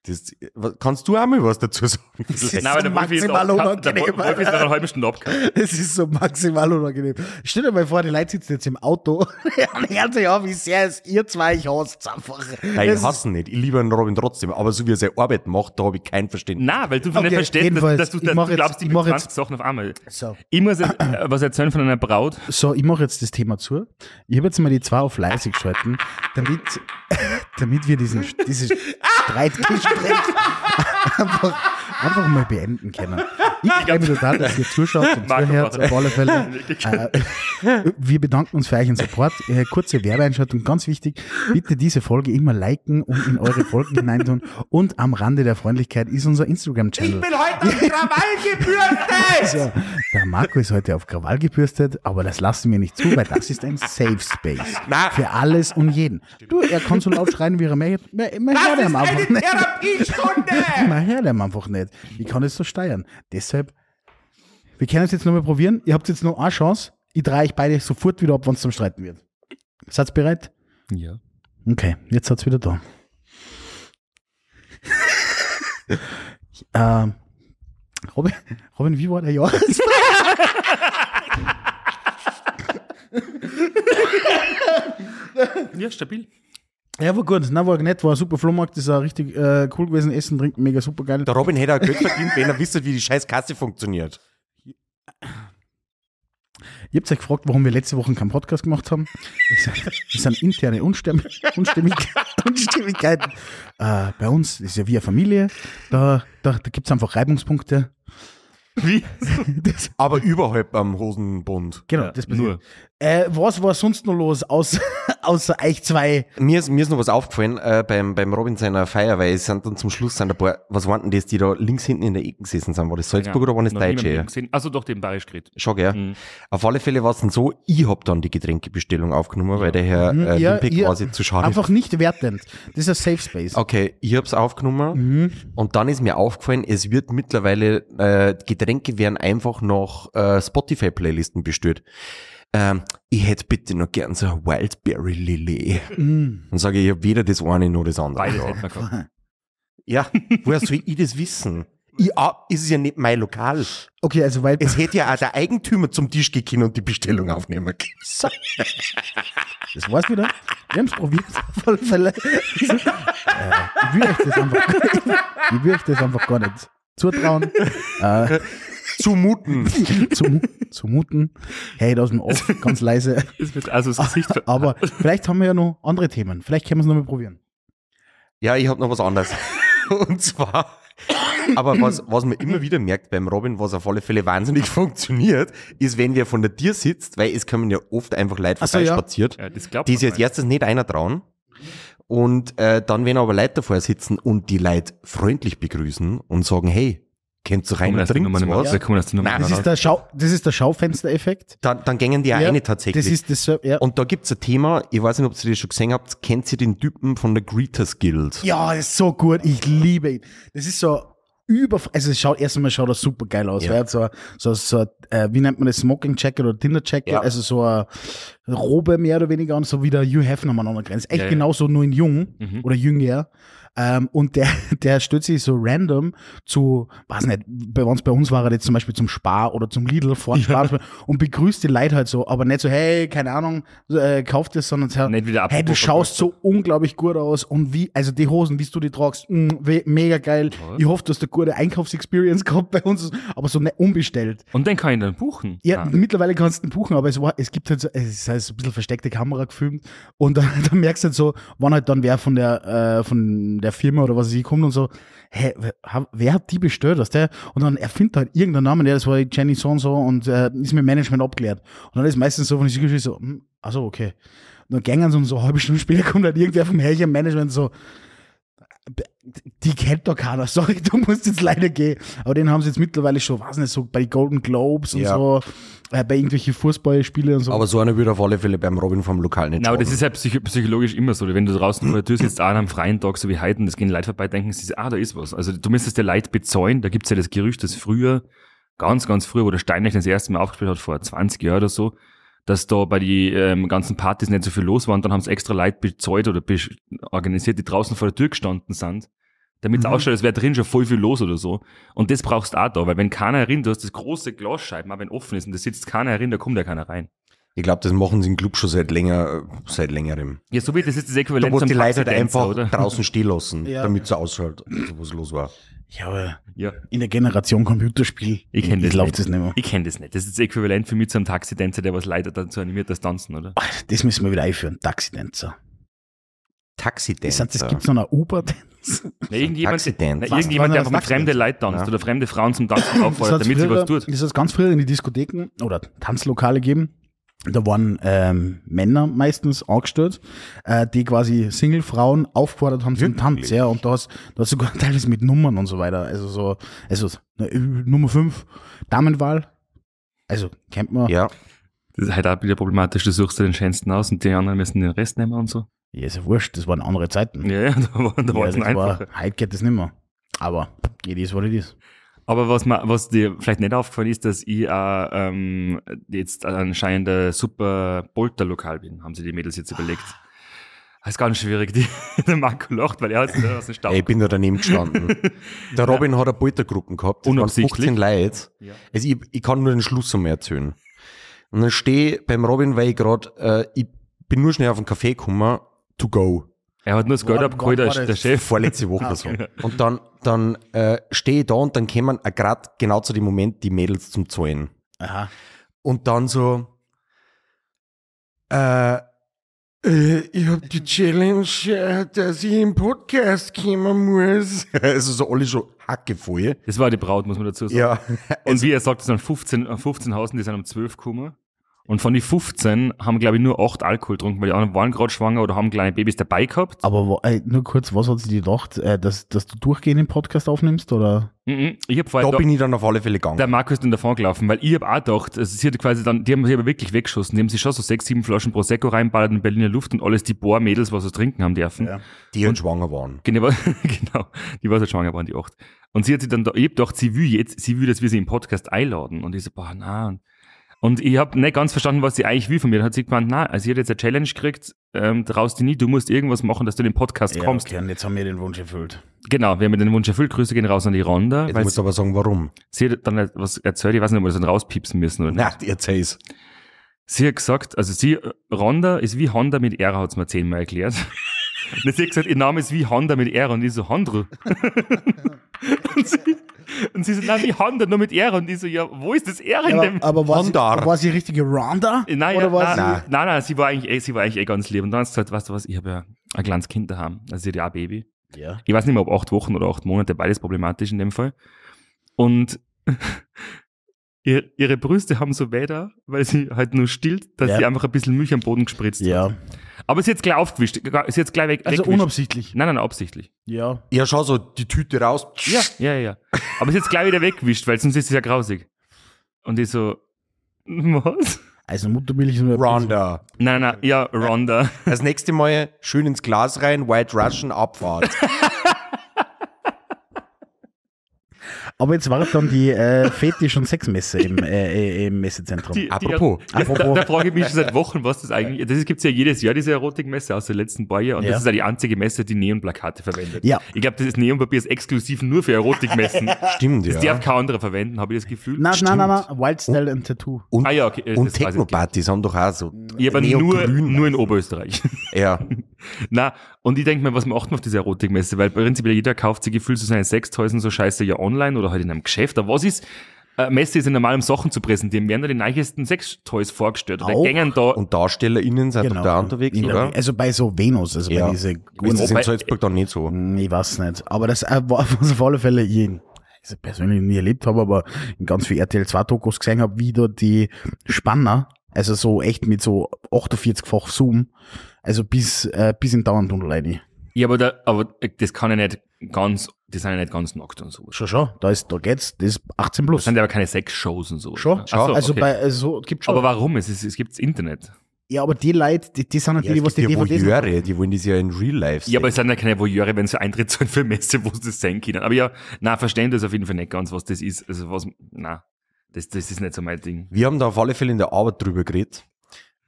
Das, was, kannst du auch mal was dazu sagen? Nein, aber der Wolfi ist maximal auch- der unangenehm, Wolfi ist nach einer halben Stunde abgehauen. Das ist so maximal unangenehm. Stell dir mal vor, die Leute sitzen jetzt im Auto und hören sich auf, wie sehr es ihr zwei, ich hasst einfach. Nein, Das ich hasse ihn nicht. Ich liebe einen Robin trotzdem. Aber so wie er seine Arbeit macht, da habe ich kein Verständnis. Nein, weil du Okay, nicht verstehst, dass, jedenfalls, dass du, ich dass mach du glaubst, jetzt- ich ich mach mache jetzt- 20 Sachen auf einmal. ist, so. Ich muss jetzt, äh, was erzählen von einer Braut. So, ich mache jetzt das Thema zu. Ich habe jetzt mal die zwei auf leise geschalten, damit, damit wir diesen, dieses Streitgespräch einfach, einfach mal beenden können. Ich freue mich total, dass ihr zuschaut und Marco, zuhört, auf alle Fälle. Äh, Wir bedanken uns für euren Support. Äh, kurze Werbeeinschaltung, ganz wichtig. Bitte diese Folge immer liken und in eure Folgen hineintun. Und am Rande der Freundlichkeit ist unser Instagram-Channel. heute auf Krawall gebürstet! So, Also, der Marco ist heute auf Krawall gebürstet, aber das lassen wir nicht zu, weil das ist ein Safe Space. Na. Für alles und jeden. Du, er kann so laut schreien, wie er möchte. Mein Herr, der einfach nicht. Therapiestunde! Mein Herr, der einfach nicht. Ich kann es so steuern. Deshalb, wir können es jetzt nochmal probieren. Ihr habt jetzt noch eine Chance. Ich drehe euch beide sofort wieder ab, wenn es zum Streiten wird. Seid ihr bereit? Ja. Okay, jetzt hat's wieder da. ähm, Robin, Robin, wie war der Jahres? Ja, stabil. ja, war gut. Nein, war nett, war ein super Flohmarkt, ist auch richtig äh, cool gewesen. Essen, trinken, mega super geil. Der Robin hätte auch Geld verdient, wenn er wüsste, wie die scheiß Kasse funktioniert. Ihr habt euch gefragt, warum wir letzte Woche keinen Podcast gemacht haben. Das sind, das sind interne Unstimm Unstimmig Unstimmigkeiten. Äh, bei uns, das ist ja wie eine Familie, da, da, da gibt es einfach Reibungspunkte. Wie? Das, Aber überhalb am Hosenbund. genau, Ja, das nur. passiert. Äh, was war sonst noch los, außer, außer euch zwei? Mir ist, mir ist noch was aufgefallen äh, beim, beim Robin seiner Feier, weil es sind dann zum Schluss sind ein paar, was waren denn das, die da links hinten in der Ecke gesessen sind? War das Salzburg oder waren das Deutsche? Achso, Also doch, den Bayerisch geredet. Schon, gell? Auf alle Fälle war es dann so, ich hab dann die Getränkebestellung aufgenommen, weil der Herr Hm, äh, ihr- Limpek ihr- quasi zu schade Einfach nicht wertend. Das ist ein Safe Space. Okay, ich hab's aufgenommen und dann ist mir aufgefallen, es wird mittlerweile, äh, Getränke werden einfach nach äh, Spotify-Playlisten bestellt. Ähm, ich hätte bitte noch gern so eine Wildberry Lily. Dann sage ich, ich hab weder das eine noch das andere. Beides Ja. hätten wir gehabt. Ja, woher soll ich das wissen? Ich, ah, es ist ja nicht mein Lokal. Okay, also weil Es hätte ja auch der Eigentümer zum Tisch gekommen und die Bestellung aufnehmen können. So. Das war's wieder. Wir haben's probiert. Auf alle Fälle. So. Äh, ich will euch das einfach gar nicht. Ich will euch das einfach gar nicht zutrauen. Äh, Zumuten. zum, zumuten. Hey, da aus dem Off, ganz leise. Ist mit- Also das Gesicht. ver- Aber vielleicht haben wir ja noch andere Themen. Vielleicht können wir es nochmal probieren. Ja, ich hab noch was anderes. Und zwar, aber was, was man immer wieder merkt beim Robin, was auf alle Fälle wahnsinnig funktioniert, ist, wenn wir von der Tür sitzt, weil es kommen ja oft einfach Leute Ach so, ja. vorbeispaziert, ja, das glaubt die sich man als nicht. erstes nicht einer trauen. Und äh, dann, wenn aber Leute davor sitzen und die Leute freundlich begrüßen und sagen, hey, kennst du rein Kommen und aus der Nummer trinkst nicht mehr raus. was? Wir kommen aus der Nummer Nein, Das nicht mehr ist der, Schau, das ist der Schaufenstereffekt. Dann, dann gängen die ja, eine tatsächlich. Das ist das, ja. und da gibt's ein Thema, ich weiß nicht, ob ihr das schon gesehen habt, kennt ihr den Typen von der Greeters Guild? Ja, das ist so gut. Ich liebe ihn. Das ist so über, also es schaut, erst einmal schaut er super geil aus. Ja. Ja. Er hat so, so, so äh, wie nennt man das, Smoking Jacket oder Dinner Jacket, Ja. also so eine Robe mehr oder weniger und so wie der Hugh Hefner an einer Grenze. Echt Ja, ja. genauso, nur in jung oder jünger. Ähm, und der, der stört sich so random zu, weiß nicht, bei uns, bei uns war er jetzt zum Beispiel zum Spar oder zum Lidl vor Spar und begrüßt die Leute halt so, aber nicht so, hey, keine Ahnung, äh, kauft es, sondern so, Nicht wieder hey, du abgebucht. schaust so unglaublich gut aus und wie, also die Hosen, wie du die tragst, mm, we- mega geil. Ich hoffe, du hast eine gute Einkaufsexperience gehabt bei uns, aber so nicht unbestellt. Und den kann ich dann buchen. Ja, Nein. mittlerweile kannst du ihn buchen, aber es, war, es gibt halt so, es ist halt so ein bisschen versteckte Kamera gefilmt und dann, dann merkst du halt so, wann halt dann wer von der, äh, von der Firma oder was weiß ich kommt und so, hä, wer, hab- wer hat die bestellt, was der? Und dann erfindet halt irgendeinen Namen, ja, das war die Jenny so und so und äh, ist mit Management abklärt. Und dann ist meistens so, wenn ich so, so hm, ach so, okay. Und dann gängen sie und so eine halbe Stunde später kommt halt irgendwer vom Herrchen Management so, die kennt doch keiner, sorry, du musst jetzt leider gehen. Aber den haben sie jetzt mittlerweile schon, weiß nicht, so bei Golden Globes und Ja. so, äh, bei irgendwelchen Fußballspielen und so. Aber so einer würde auf alle Fälle beim Robin vom Lokal nicht Na, aber schaden. das ist ja psych psychologisch immer so. Wenn du draußen vor der Tür sitzt, an einem freien Tag, so wie heute, und es gehen Leute vorbei, denken sie, sich, ah, da ist was. Also du müsstest dir Leute bezäunen. Da gibt's ja das Gerücht, dass früher, ganz, ganz früher, wo der Steinreich das erste Mal aufgespielt hat, vor 20 Jahren oder so, dass da bei die ähm, ganzen Partys nicht so viel los war und dann haben sie extra Leute bezäunt oder besch- organisiert, die draußen vor der Tür gestanden sind, damit es ausschaut, es wäre drin schon voll viel los oder so. Und das brauchst du auch da, weil wenn keiner rein, du hast das große Glasscheiben, auch wenn offen ist und da sitzt keiner rein, da kommt ja keiner rein. Ich glaube, das machen sie im Club schon seit länger, seit längerem. Ja, so wie das ist das Da Äquivalent muss die Leute halt Taxidance, einfach oder? draußen stehen lassen, Ja. damit es ausschaut, also was los war. ja, aber Ja. in der Generation Computerspiel, Ich kenn das läuft nicht. das nicht mehr. Ich kenne das nicht. Das ist das äquivalent für mich zu einem Taxidänzer, der was leider dazu animiert, das Tanzen, oder? Das müssen wir wieder einführen, Taxidänzer. Das, Taxidance. sind- das gibt noch einen Uber-Dance. Na, irgendjemand, Taxidance. na, Was? irgendjemand der Was einfach mit war das fremden Leuten tanzt Ja. oder fremde Frauen zum Tanzen Das auffordert, hat's damit sie früher- was tut. Das hat ganz früher in die Diskotheken oder Tanzlokale gegeben. Da waren ähm, Männer meistens angestellt, äh, die quasi Single-Frauen aufgefordert haben zum Tanz, ja. Und da hast da hast sogar teilweise mit Nummern und so weiter. Also so, also ne, Nummer 5, Damenwahl. Also kennt man. Ja. Das ist halt auch wieder problematisch, du suchst dir den schönsten aus und die anderen müssen den Rest nehmen und so. Ja, ist ja wurscht, das waren andere Zeiten. Ja, ja, da war, da war Ja, es das war, einfach. heute geht das nicht mehr. Aber jedes was es ist. Aber was, ma, was dir vielleicht nicht aufgefallen ist, dass ich auch, ähm, jetzt anscheinend ein super Bolter-Lokal bin, haben sie die Mädels jetzt überlegt. Das ist ganz schwierig, die, der Marco lacht, weil er hat aus dem Staub. Ey, ich bin da daneben gestanden. Der Robin hat eine Poltergruppen gehabt. Das waren Unabsichtlich. 15 Leute. Ja. Also ich, ich kann nur den Schluss einmal erzählen. Und dann stehe beim Robin, weil ich gerade, äh, ich bin nur schnell auf den Kaffee gekommen, to go. er hat nur das Geld Wann- abgeholt, wann der, war der das? Chef. Vorletzte Woche oder Ah, so. Und dann, dann äh, stehe ich da und dann kämen gerade genau zu dem Moment die Mädels zum Zahlen. Aha. Und dann so, äh, äh, ich habe die Challenge, äh, dass ich im Podcast kommen muss. Also so alle schon hackevoll. Das war die Braut, muss man dazu sagen. Ja. Und also wie er sagt, es sind 15, äh, 15 Hausen, die sind um 12 gekommen. Und von den 15 haben, glaube ich, nur 8 Alkohol getrunken, weil die anderen waren gerade schwanger oder haben kleine Babys dabei gehabt. Aber wa- äh, nur kurz, was hat sie dir gedacht, äh, dass, dass du durchgehend den Podcast aufnimmst? Oder? Mhm. Ich habe vorher Da gedacht, bin ich dann auf alle Fälle gegangen. der Marco ist dann davon gelaufen, weil ich habe auch gedacht, also sie hat quasi dann, die haben sie aber wirklich weggeschossen, die haben sich schon so sechs, sieben Flaschen Prosecco reinballert in Berliner Luft und alles die Bohr-Mädels, was sie trinken haben dürfen. Ja. die und schwanger waren. Genau, genau, die war so schwanger, waren die acht. Und sie hat sich dann, da, ich hab gedacht, sie will jetzt, sie will, dass wir sie im Podcast einladen. Und ich so, boah, na. Und ich habe nicht ganz verstanden, was sie eigentlich will von mir. Dann hat sie gemeint, na, also sie hat jetzt eine Challenge gekriegt, ähm, draus die nie, du musst irgendwas machen, dass du in den Podcast Ja, kommst. okay, und jetzt haben wir den Wunsch erfüllt. Genau, wir haben den Wunsch erfüllt, Grüße gehen raus an die Ronda, Jetzt weil musst du aber sagen, warum. sie hat dann was erzählt, ich weiß nicht, ob wir das dann rauspiepsen müssen oder Na, erzähl's. Sie hat gesagt, also sie, Ronda ist wie Honda mit R, hat's mir zehnmal erklärt. Und sie hat gesagt, ihr Name ist wie Honda mit R und ich so, Hondro. und, sie, und sie so, nein, wie Honda, nur mit R. Und ich so, ja, wo ist das R in dem? war, sie, Rondar. war sie richtige Ronda? Äh, Nein, ja, Oder war nein, sie- nein, nein, sie war eigentlich, eh- sie war eigentlich eh ganz lieb. Und dann hat sie gesagt, weißt du was, ich habe ja ein kleines Kind daheim. Also sie hat ja auch ein Baby. Ja. Ich weiß nicht mehr, ob acht Wochen oder acht Monate, beides problematisch in dem Fall. Und ihr, ihre Brüste haben so weh da, weil sie halt nur stillt, dass Ja. sie einfach ein bisschen Milch am Boden gespritzt hat. ja. Aber sie hat gleich aufgewischt. Sie hat gleich weg. Also weggewischt. unabsichtlich. Nein, nein, absichtlich. Ja. Ja, schau so, die Tüte raus. Ja, ja, ja. ja. Aber sie hat gleich wieder weggewischt, weil sonst ist sie ja grausig. Und ich so, was? Also Muttermilch ist nur Ronda. Nein, nein, ja, Ronda. Das nächste Mal schön ins Glas rein, White Russian, Abfahrt. Aber jetzt war dann die äh, Fetisch- und Sexmesse im, äh, äh, im Messezentrum. Die- die- Apropos. ja, Da, da frage ich mich schon seit Wochen, was das eigentlich Das gibt es ja jedes Jahr, diese Erotikmesse aus den letzten paar Jahren. Und Ja. das ist ja die einzige Messe, die Neonplakate verwendet. Ja. Ich glaube, das Neonpapier ist exklusiv nur für Erotikmessen. Stimmt, Das darf kein anderer verwenden, habe ich das Gefühl. nein, nein, nein, nein, Wildstyle und Tattoo. Und, Ah ja, okay, äh, und das weiß ich Technopartys haben doch auch so. Ja, aber nur, Neongrün. nur in Oberösterreich. Ja. Na, und ich denke mir, was macht man auf dieser Erotikmesse? Weil prinzipiell jeder kauft sich gefühlt zu seinen Sextoysen so scheiße ja online oder halt in einem Geschäft. Aber was ist, äh, Messe ist ja normal, um Sachen zu präsentieren. Werden da die neuesten Sextoys vorgestellt oder Auch. gängen da. Und DarstellerInnen sind doch da unterwegs, In der- oder? Genau. Also bei so Venus, also Ja. bei diese Ist das Wobei- in Salzburg dann nicht so? Hm, Ich weiß nicht. Aber das äh, war was auf alle Fälle ich also persönlich nie erlebt habe, aber in ganz viel RTL 2 Dokus gesehen habe, wie da die Spanner, also so echt mit so 48-fach Zoom, also bis, äh, bis in den Dauerntunnel rein. ja, aber, da, aber das kann ja nicht ganz, die sind ja nicht ganz nackt und sowas. Schon, schon, da ist, da geht's, das ist 18 Das plus. sind ja aber keine Sexshows und sowas. Schon, ne? Ach so, also okay. bei, also gibt schon. aber warum? Es, ist, es gibt's Internet. ja, aber die Leute, die, die sind Ja, natürlich, es was die gibt ja DVDs Voyeure, die wollen das ja in Real Life sehen. Ja, aber es sind ja keine Voyeure, wenn sie Eintritt zahlen für Messe, wo sie das sehen können. Aber ja, na verstehen das auf jeden Fall nicht ganz, was das ist. Also was, na, das, das ist nicht so mein Ding. Wir haben da auf alle Fälle in der Arbeit drüber geredet.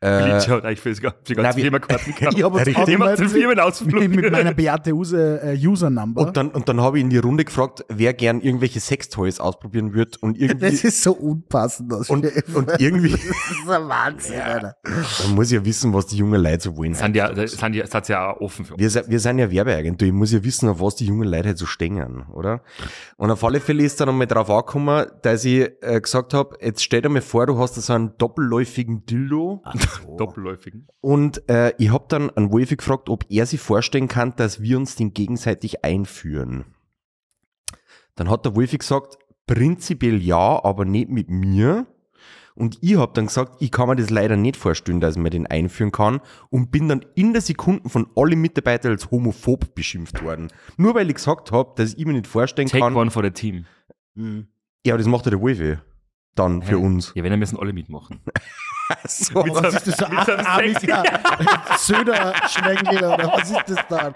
Äh, Bleach hat eigentlich für das ganze- für die Nein, ganze wir- Firma Karten gehabt. Ich hab uns Die haben den angemeldet Firmenausflug. mit, mit meiner Beate Use äh, Usernumber. und dann, und dann habe ich in die Runde gefragt, wer gern irgendwelche Sextoys ausprobieren wird und das irgendwie, ist so unpassend. Das und, und irgendwie, das ist ein Wahnsinn, Alter. man muss ja wissen, was die jungen Leute so wollen. Sind ja, sind ja, sind ja auch offen für uns. Wir, se- wir sind ja Werbeagentur, ich muss ja wissen, auf was die jungen Leute halt so stehen, oder? Und auf alle Fälle ist dann einmal drauf angekommen, dass ich äh, gesagt habe, jetzt stell dir mal vor, du hast da so einen doppelläufigen Dildo Ah. Doppelläufigen. und äh, ich habe dann an Wolfi gefragt, ob er sich vorstellen kann, dass wir uns den gegenseitig einführen. Dann hat der Wolfi gesagt, prinzipiell ja, aber nicht mit mir. Und ich habe dann gesagt, ich kann mir das leider nicht vorstellen, dass man den einführen kann und bin dann in der Sekunde von allen Mitarbeitern als homophob beschimpft worden. Nur weil ich gesagt habe, dass ich mir nicht vorstellen Take kann. one for the team. Ja, aber das macht ja der Wolfi dann für uns. Ja, wenn, dann müssen alle mitmachen. So. Was ist das so Mit so einem achtarmiger Söder-Schwengler oder was ist das da?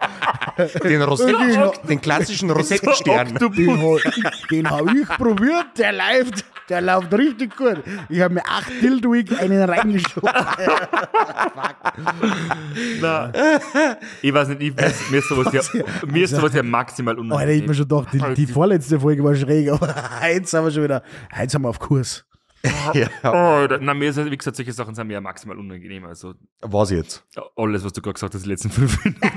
Den, Rosettstock, Irgendwie- den klassischen Rosettstern. Den, hab- den habe ich probiert, der läuft, der läuft richtig gut. Ich habe mir acht Dildoig einen reingeschoben. Na, ich weiß nicht, ich, mir ist sowas ja, mir ist sowas ja maximal Alter, ich hab mir unangenehm. schon gedacht, die, die vorletzte Folge war schräg, aber eins haben wir schon wieder, eins haben wir auf Kurs. ja, Oh, da- na, mir ist, wie gesagt, solche Sachen sind mir ja maximal unangenehm. Also was jetzt? alles, was du gerade gesagt hast, die letzten fünf Minuten.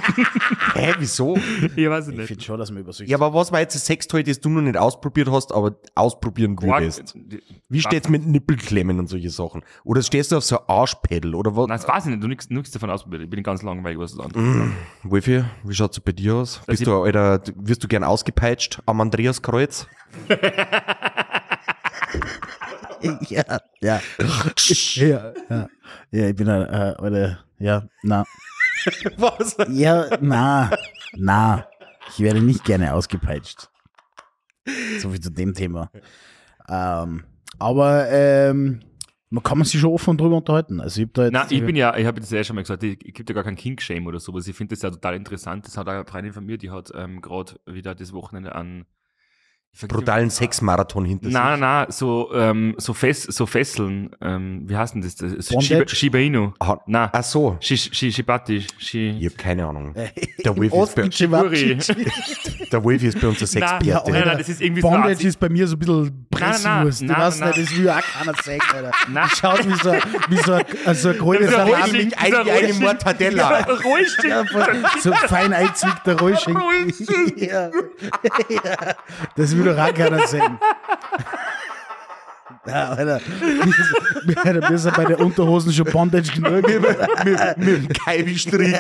Hä, wieso? Ich weiß es Ich nicht. finde schon, dass wir über solche Ja, aber was war jetzt das Sextoy, das du noch nicht ausprobiert hast, aber ausprobieren würdest? Wie steht's mit Nippelklemmen und solche Sachen? Oder stehst du auf so ein Arschpedal oder was? Nein, das weiß ich nicht. Du nix, nix davon ausprobiert. Ich bin ganz langweilig, was das angeht. Wolfi, wie schaut's bei dir aus? Bist ich- du, Alter, wirst du gern ausgepeitscht am Andreaskreuz? Ja, ja. ja, ja. Ja, ich bin ein, äh, Alter, ja, na. Was? Ja, na, na. Ich werde nicht gerne ausgepeitscht. So viel zu dem Thema. Ähm, aber ähm, man kann man sich schon offen drüber unterhalten. Also ich hab da jetzt Nein, ich bin ja, ich habe das ja eh schon mal gesagt, ich, ich gibt ja gar kein Kink-Shame oder sowas. Ich finde das ja total interessant. Das hat auch eine Freundin von mir, die hat ähm, gerade wieder das Wochenende an ich vergesse- Brutalen Sexmarathon hinter sich. Nein, nein, nein, so, ähm, so, Fess, so Fesseln, ähm, wie heißt denn das? das Bondage? Shiba, Shiba Inu. Ah, Nein, Ach so. Shi- Shi- Shibati. Shi- Ich hab keine Ahnung. Der im Wolfi ist Osten bei, Chivachi. der Wolfi ist bei uns der Nein, ja, Sexperte. nein, Alter. nein, Oh, das ist irgendwie so eine Bondage Art- ist bei mir so ein bisschen Presswurst. Du nein, weißt nein. nicht, das will auch keiner zeigen, Alter. Nein. Schaut wie so, wie so, ein- so ein grünes Dieser Salami. Rollschild, Eigentlich dieser ein- wie eine Rollschild. Mortadella. Ja, Rollschild. Ja, voll. so fein einzwickter Rollschenk. Rollschild. Ja. ja. Das will doch auch keiner sehen. Ja, Alter. Wir, Alter, wir sind bei den Unterhosen schon Bondage genug. Mit dem Keilstrick.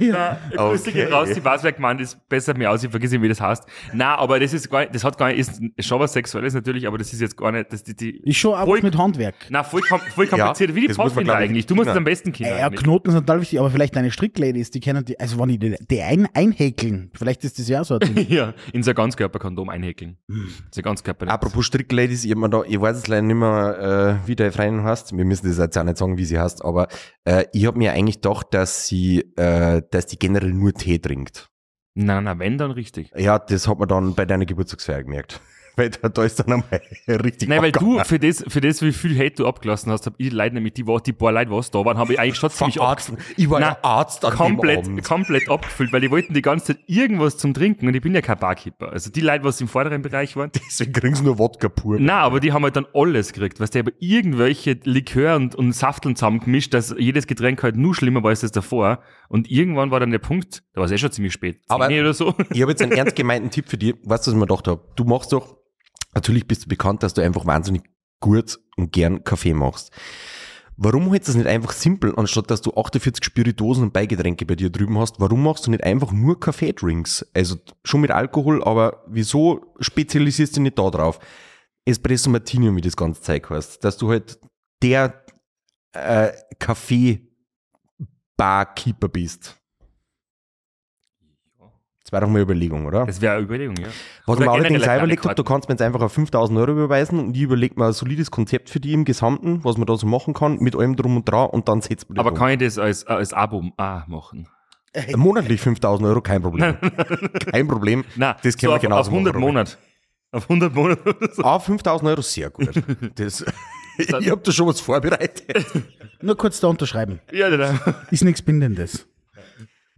Na, Grüße gehen Okay. raus, die weiß, wer gemeint ist, besser mir aus, ich vergesse, wie das heißt. Na, aber das ist gar nicht, das hat gar nicht, ist schon was Sexuelles natürlich, aber das ist jetzt gar nicht, das, die, die, Ich schon auch Voll- mit Handwerk. na, voll, kom voll kompliziert, wie die das muss man, Pfadfinder glaub ich, eigentlich. Du musst genau. es am besten kennen. Ja, eigentlich. Äh, Knoten sind total wichtig, aber vielleicht deine Strickladies, die kennen die, also wenn ich die, die ein, einhäkeln, vielleicht ist das ja auch so ein Ding. Ja, in so ein Ganzkörperkondom einhäkeln. Hm. So ein Ganzkörper. Apropos Strickladies, ich, hab mir da, ich weiß es leider nicht mehr, äh, wie deine Freundin heißt. Wir müssen das jetzt auch nicht sagen, wie sie heißt, aber äh, ich habe mir eigentlich gedacht, dass sie, äh, dass die generell nur Tee trinkt. Na, na, wenn, dann richtig. Ja, das hat man dann bei deiner Geburtstagsfeier gemerkt. Weil da, da ist dann einmal richtig Nein, weil abgegangen. du für das, für das, wie viel Hate du abgelassen hast, hab ich leider nämlich die, Wo- die paar Leute, was da waren, habe ich eigentlich schon ziemlich Arzt. Ich war Nein, ja Arzt an dem komplett, Abend. komplett abgefüllt, weil die wollten die ganze Zeit irgendwas zum Trinken und ich bin ja kein Barkeeper. Also die Leute, was im vorderen Bereich waren, Deswegen kriegst du nur Wodka pur. na, aber die haben halt dann alles gekriegt, weißt du, aber irgendwelche Likör und, und Safteln zusammengemischt, dass jedes Getränk halt nur schlimmer war als das davor und irgendwann war dann der Punkt, da war es eh schon ziemlich spät, Aber- 10 oder so. Ich habe jetzt einen ernst gemeinten Tipp für dich. Weißt du, was ich mir gedacht habe? Du machst doch, natürlich bist du bekannt, dass du einfach wahnsinnig gut und gern Kaffee machst. Warum hältst du es nicht einfach simpel, anstatt dass du 48 Spirituosen und Beigetränke bei dir drüben hast? Warum machst du nicht einfach nur Kaffee-Drinks? Also schon mit Alkohol, aber wieso spezialisierst du dich nicht da drauf? Espresso Martini, wie das ganze Zeug heißt. Dass du halt der äh, Kaffee-Barkeeper bist. Das war doch mal eine Überlegung, oder? Das wäre eine Überlegung, ja. Was Oder ich mir allerdings generell auch überlegt kleine habe, du kannst mir jetzt einfach auf 5000 Euro überweisen und ich überlege mir ein solides Konzept für die im Gesamten, was man da so machen kann, mit allem drum und dran und dann setzt man das Aber um. Äh, kann ich das als, als Abo ah, machen? Monatlich 5000 Euro, kein Problem. kein Problem. Na, das können so wir auf, genauso auf 100 machen, Robert. Monate. Auf 100 Monate oder so. Auf 5000 Euro, sehr gut. Das, ich habe da schon was vorbereitet. Nur kurz da unterschreiben. Ja, nein, nein. Ist nichts Bindendes.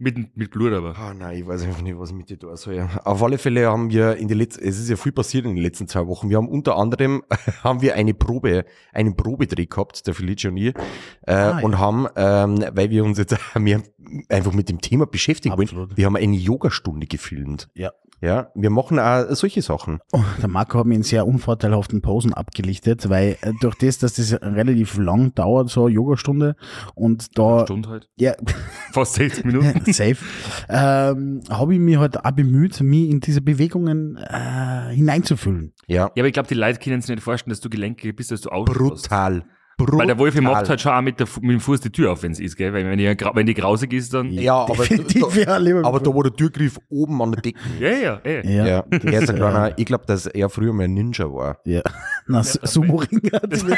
Mit, mit Blut aber. Ah, nein, ich weiß einfach nicht, was ich mit dir tun soll. Auf alle Fälle haben wir in den letzten, es ist ja viel passiert in den letzten zwei Wochen. Wir haben unter anderem, haben wir eine Probe, einen Probedreh gehabt, der Felice und ich, äh, Ah, ja. und haben, ähm, weil wir uns jetzt mehr einfach mit dem Thema beschäftigen Absolut. wollen, wir haben eine Yogastunde gefilmt. Ja. Ja, wir machen auch solche Sachen. Oh, der Marco hat mich in sehr unvorteilhaften Posen abgelichtet, weil äh, durch das, dass das relativ lang dauert, so eine Yogastunde und da. Stunde halt. Ja, Fast 60 Minuten. safe. ähm, habe ich mich halt auch bemüht, mich in diese Bewegungen äh, hineinzufühlen. Ja. Ja, aber ich glaube, die Leute können sich nicht vorstellen, dass du gelenkig bist, dass du auch Brutal. Weil der Wolfi Brutal. macht halt schon auch mit, der, Fu- mit dem Fuß die Tür auf, wenn es ist, gell? Weil wenn die, wenn die grausig ist, dann. Ja, aber, Definitiv, ja, lieber da, aber da war der Türgriff oben an der Decke. Ja, ja, eh. ja. Ja. Ja, er ist ein kleiner, ich glaube, dass er früher mal ein Ninja war. Ja. Na, Su- Sumo-Ringer, die müssen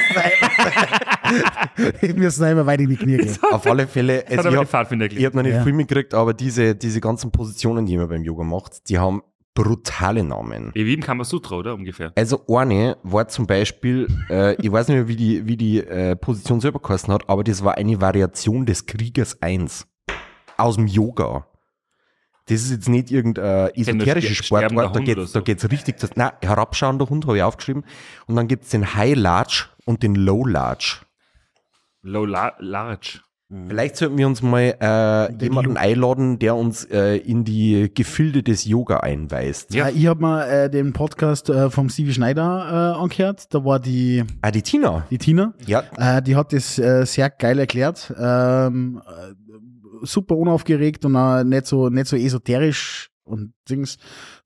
einmal- die müssen einmal weit in die Knie gehen. Auf alle Fälle, Hat aber also ich den habe Pfadfinder hab noch nicht Ja. viel mitgekriegt, aber diese, diese ganzen Positionen, die man beim Yoga macht, die haben brutale Namen. Wie im Kamasutra, oder? Ungefähr. Also eine war zum Beispiel, äh, ich weiß nicht mehr, wie die, wie die äh, Position selber geheißen hat, aber das war eine Variation des Kriegers 1 aus dem Yoga. Das ist jetzt nicht irgendein esoterische Ster- sterbender Sportart, da Hund geht oder es so. geht's richtig, das, nein, herabschauender Hund habe ich aufgeschrieben. Und dann gibt es den High Large und den Low Large. Low la Large. Vielleicht sollten wir uns mal äh, jemanden einladen, der uns äh, in die Gefilde des Yoga einweist. Ja. Äh, Ich habe mal äh, den Podcast äh, vom Stevie Schneider äh, angehört. Da war die, Ah, die Tina. die Tina. Ja, Äh, die hat das äh, sehr geil erklärt. Ähm, äh, super unaufgeregt und auch nicht so, nicht so esoterisch und Dings.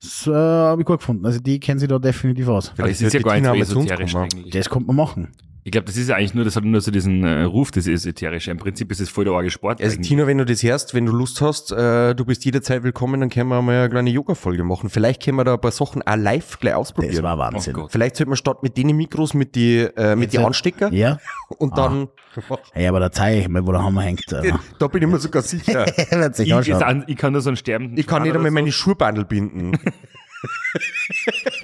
Das äh, habe ich gut gefunden. Also die kennen sie da definitiv aus. Aber das Vielleicht ist ja wird die gar nicht Tina so mal zu uns esoterisch kommen. eigentlich. Das kommt man machen. Ich glaube, das ist ja eigentlich nur, das hat nur so diesen äh, Ruf, das Esoterische. Im Prinzip ist es voll der arge Sport. Also eigentlich. Tina, wenn du das hörst, wenn du Lust hast, äh, du bist jederzeit willkommen, dann können wir mal eine kleine Yoga-Folge machen. Vielleicht können wir da ein paar Sachen auch live gleich Das ausprobieren. war oh Wahnsinn. Gott. Vielleicht sollten wir statt mit den Mikros, mit die, äh, mit die Jetzt- Anstecker ja? und dann, Hey, aber der Zeig, mal, wo der Hammer hängt. Alter. da bin ich mir sogar sicher. Er wird sich Ich, ist anschauen. an, ich kann nur so einen sterbenden. Ich kann nicht Schwan einmal oder meine Schuhbandel binden. so.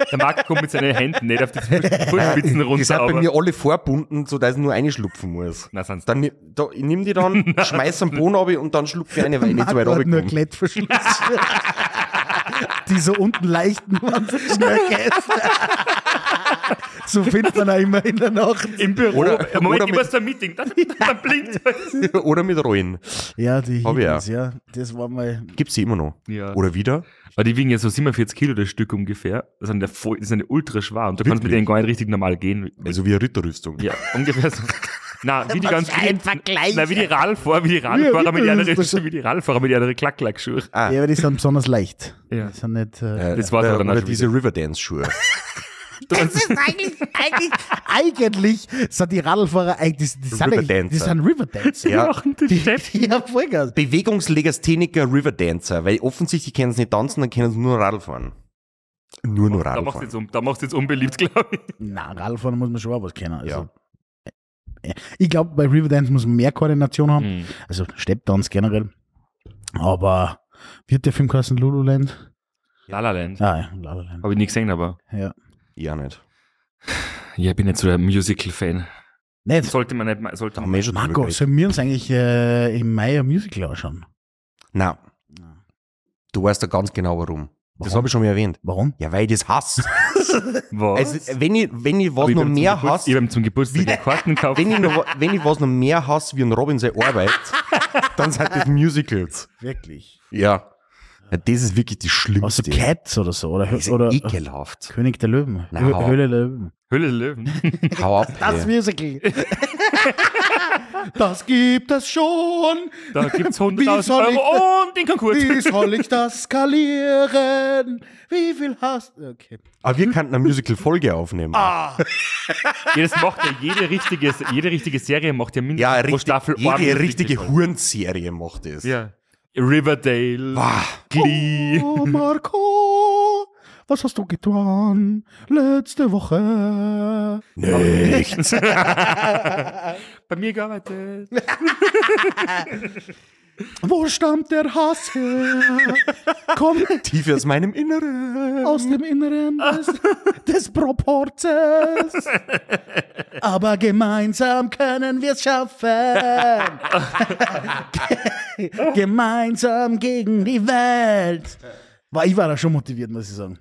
Der Marc kommt mit seinen Händen nicht auf die Fußspitzen Die runter. sind bei aber- mir alle vorbunden, sodass ich nur eine schlupfen muss. Na, sonst. Dann, ni- da, ich nimm die dann, schmeiß am Boden ab und dann schlupfe ich eine, weil ich nicht so weit Marco hat nur runterkomme. Klettverschluss. die so unten leichten waren so schnell gegessen. So findet man auch immer in der Nacht. Im Büro. Oder- Moment, oder ich mit- muss da ein Meeting. Dann, dann blinkt es. Oder mit Rollen. Ja, die Hab ich Hiddens, ja. Das war mal. Gibt's die immer noch? Ja. Oder wieder? Aber die wiegen ja so 47 Kilo das Stück ungefähr. Das sind ja voll, das sind ja ultra schwer. Und du kannst mit Wirklich? denen gar nicht richtig normal gehen. Also wie eine Ritterrüstung. Ja, ungefähr so. Na, wie die ganz ein Vergleich. Na, wie die Radlfahrer, wie die Radlfahrer mit wie den das ist anderen, wie die Radlfahrer mit den anderen Klack-Klack-Schuhe. Ah. Ja, aber die sind besonders leicht. Ja. Die sind nicht. Äh, Äh, Das war's oder, aber dann auch oder schon diese Riverdance-Schuhe. das ist eigentlich, eigentlich, eigentlich sind die Radlfahrer eigentlich, die sind, eigentlich, die Riverdancer. sind Riverdancer. Ja. Machen die Chef. Ja, Vollgas. Bewegungslegastheniker Riverdancer, weil offensichtlich können sie nicht tanzen, dann können sie nur Radl fahren. Nur nur Da Radl machst du fahren. jetzt, um, da machst du jetzt unbeliebt, glaube ich. Na, Radlfahren muss man schon auch was kennen. Also, Ja. äh, Ich glaube, bei Riverdance muss man mehr Koordination Mhm. haben. Hm. Also Steppdance generell. Aber wird der Film heißen Lululand? La La Land. Ah, ja, Lululand. Habe ich nicht gesehen, aber. Ja. Ja, nicht. Ja, ich bin nicht so der Musical-Fan. Nicht. Sollte man nicht, ma- sollte Da man. haben wir eh schon drüber Marco, geredet. sollen wir uns eigentlich äh, im Mai ein Musical anschauen? Nein. Du weißt da ganz genau warum. Das Warum? habe ich schon mal erwähnt. Warum? Ja, weil ich das hasse. Was? Also, wenn ich, wenn ich was Ich noch hab ihm zum mehr Geburtstag- hasse, Ich habe ihm zum Geburtstag eine Karten gekauft. wenn ich, noch, wa- wenn ich was noch mehr hasse wie ein Robin seine Arbeit, dann sind das Musicals. Wirklich. Ja. ja. Das ist wirklich die Also schlimmste. Cats oder so. Oder, das ist oder ekelhaft. König der Löwen. Na, Hö- hau. Höhle der Löwen. Hölle der Löwen. Hau ab. Also Das ey. Musical. das gibt es schon. Da gibt's 100.000 soll ich Euro und den Konkurs. Wie soll ich das skalieren? Wie viel hast du? Okay. Aber wir könnten eine Musical-Folge aufnehmen. Ah. Ja, das macht ja jede richtige, jede richtige Serie macht ja mindestens Ja, pro richtig, Staffel jede ordentlich richtige Musical. Hurenserie macht das. Ja. Riverdale, Bah. Glee. Oh, Marco, was hast du getan letzte Woche? Nichts. Bei mir gearbeitet. Wo stammt der Hass her? Kommt Tief aus meinem Inneren. aus dem Inneren des, des Proporzes. Aber gemeinsam können wir es schaffen. Ge- gemeinsam gegen die Welt. Boah, Ich war da schon motiviert, muss ich sagen.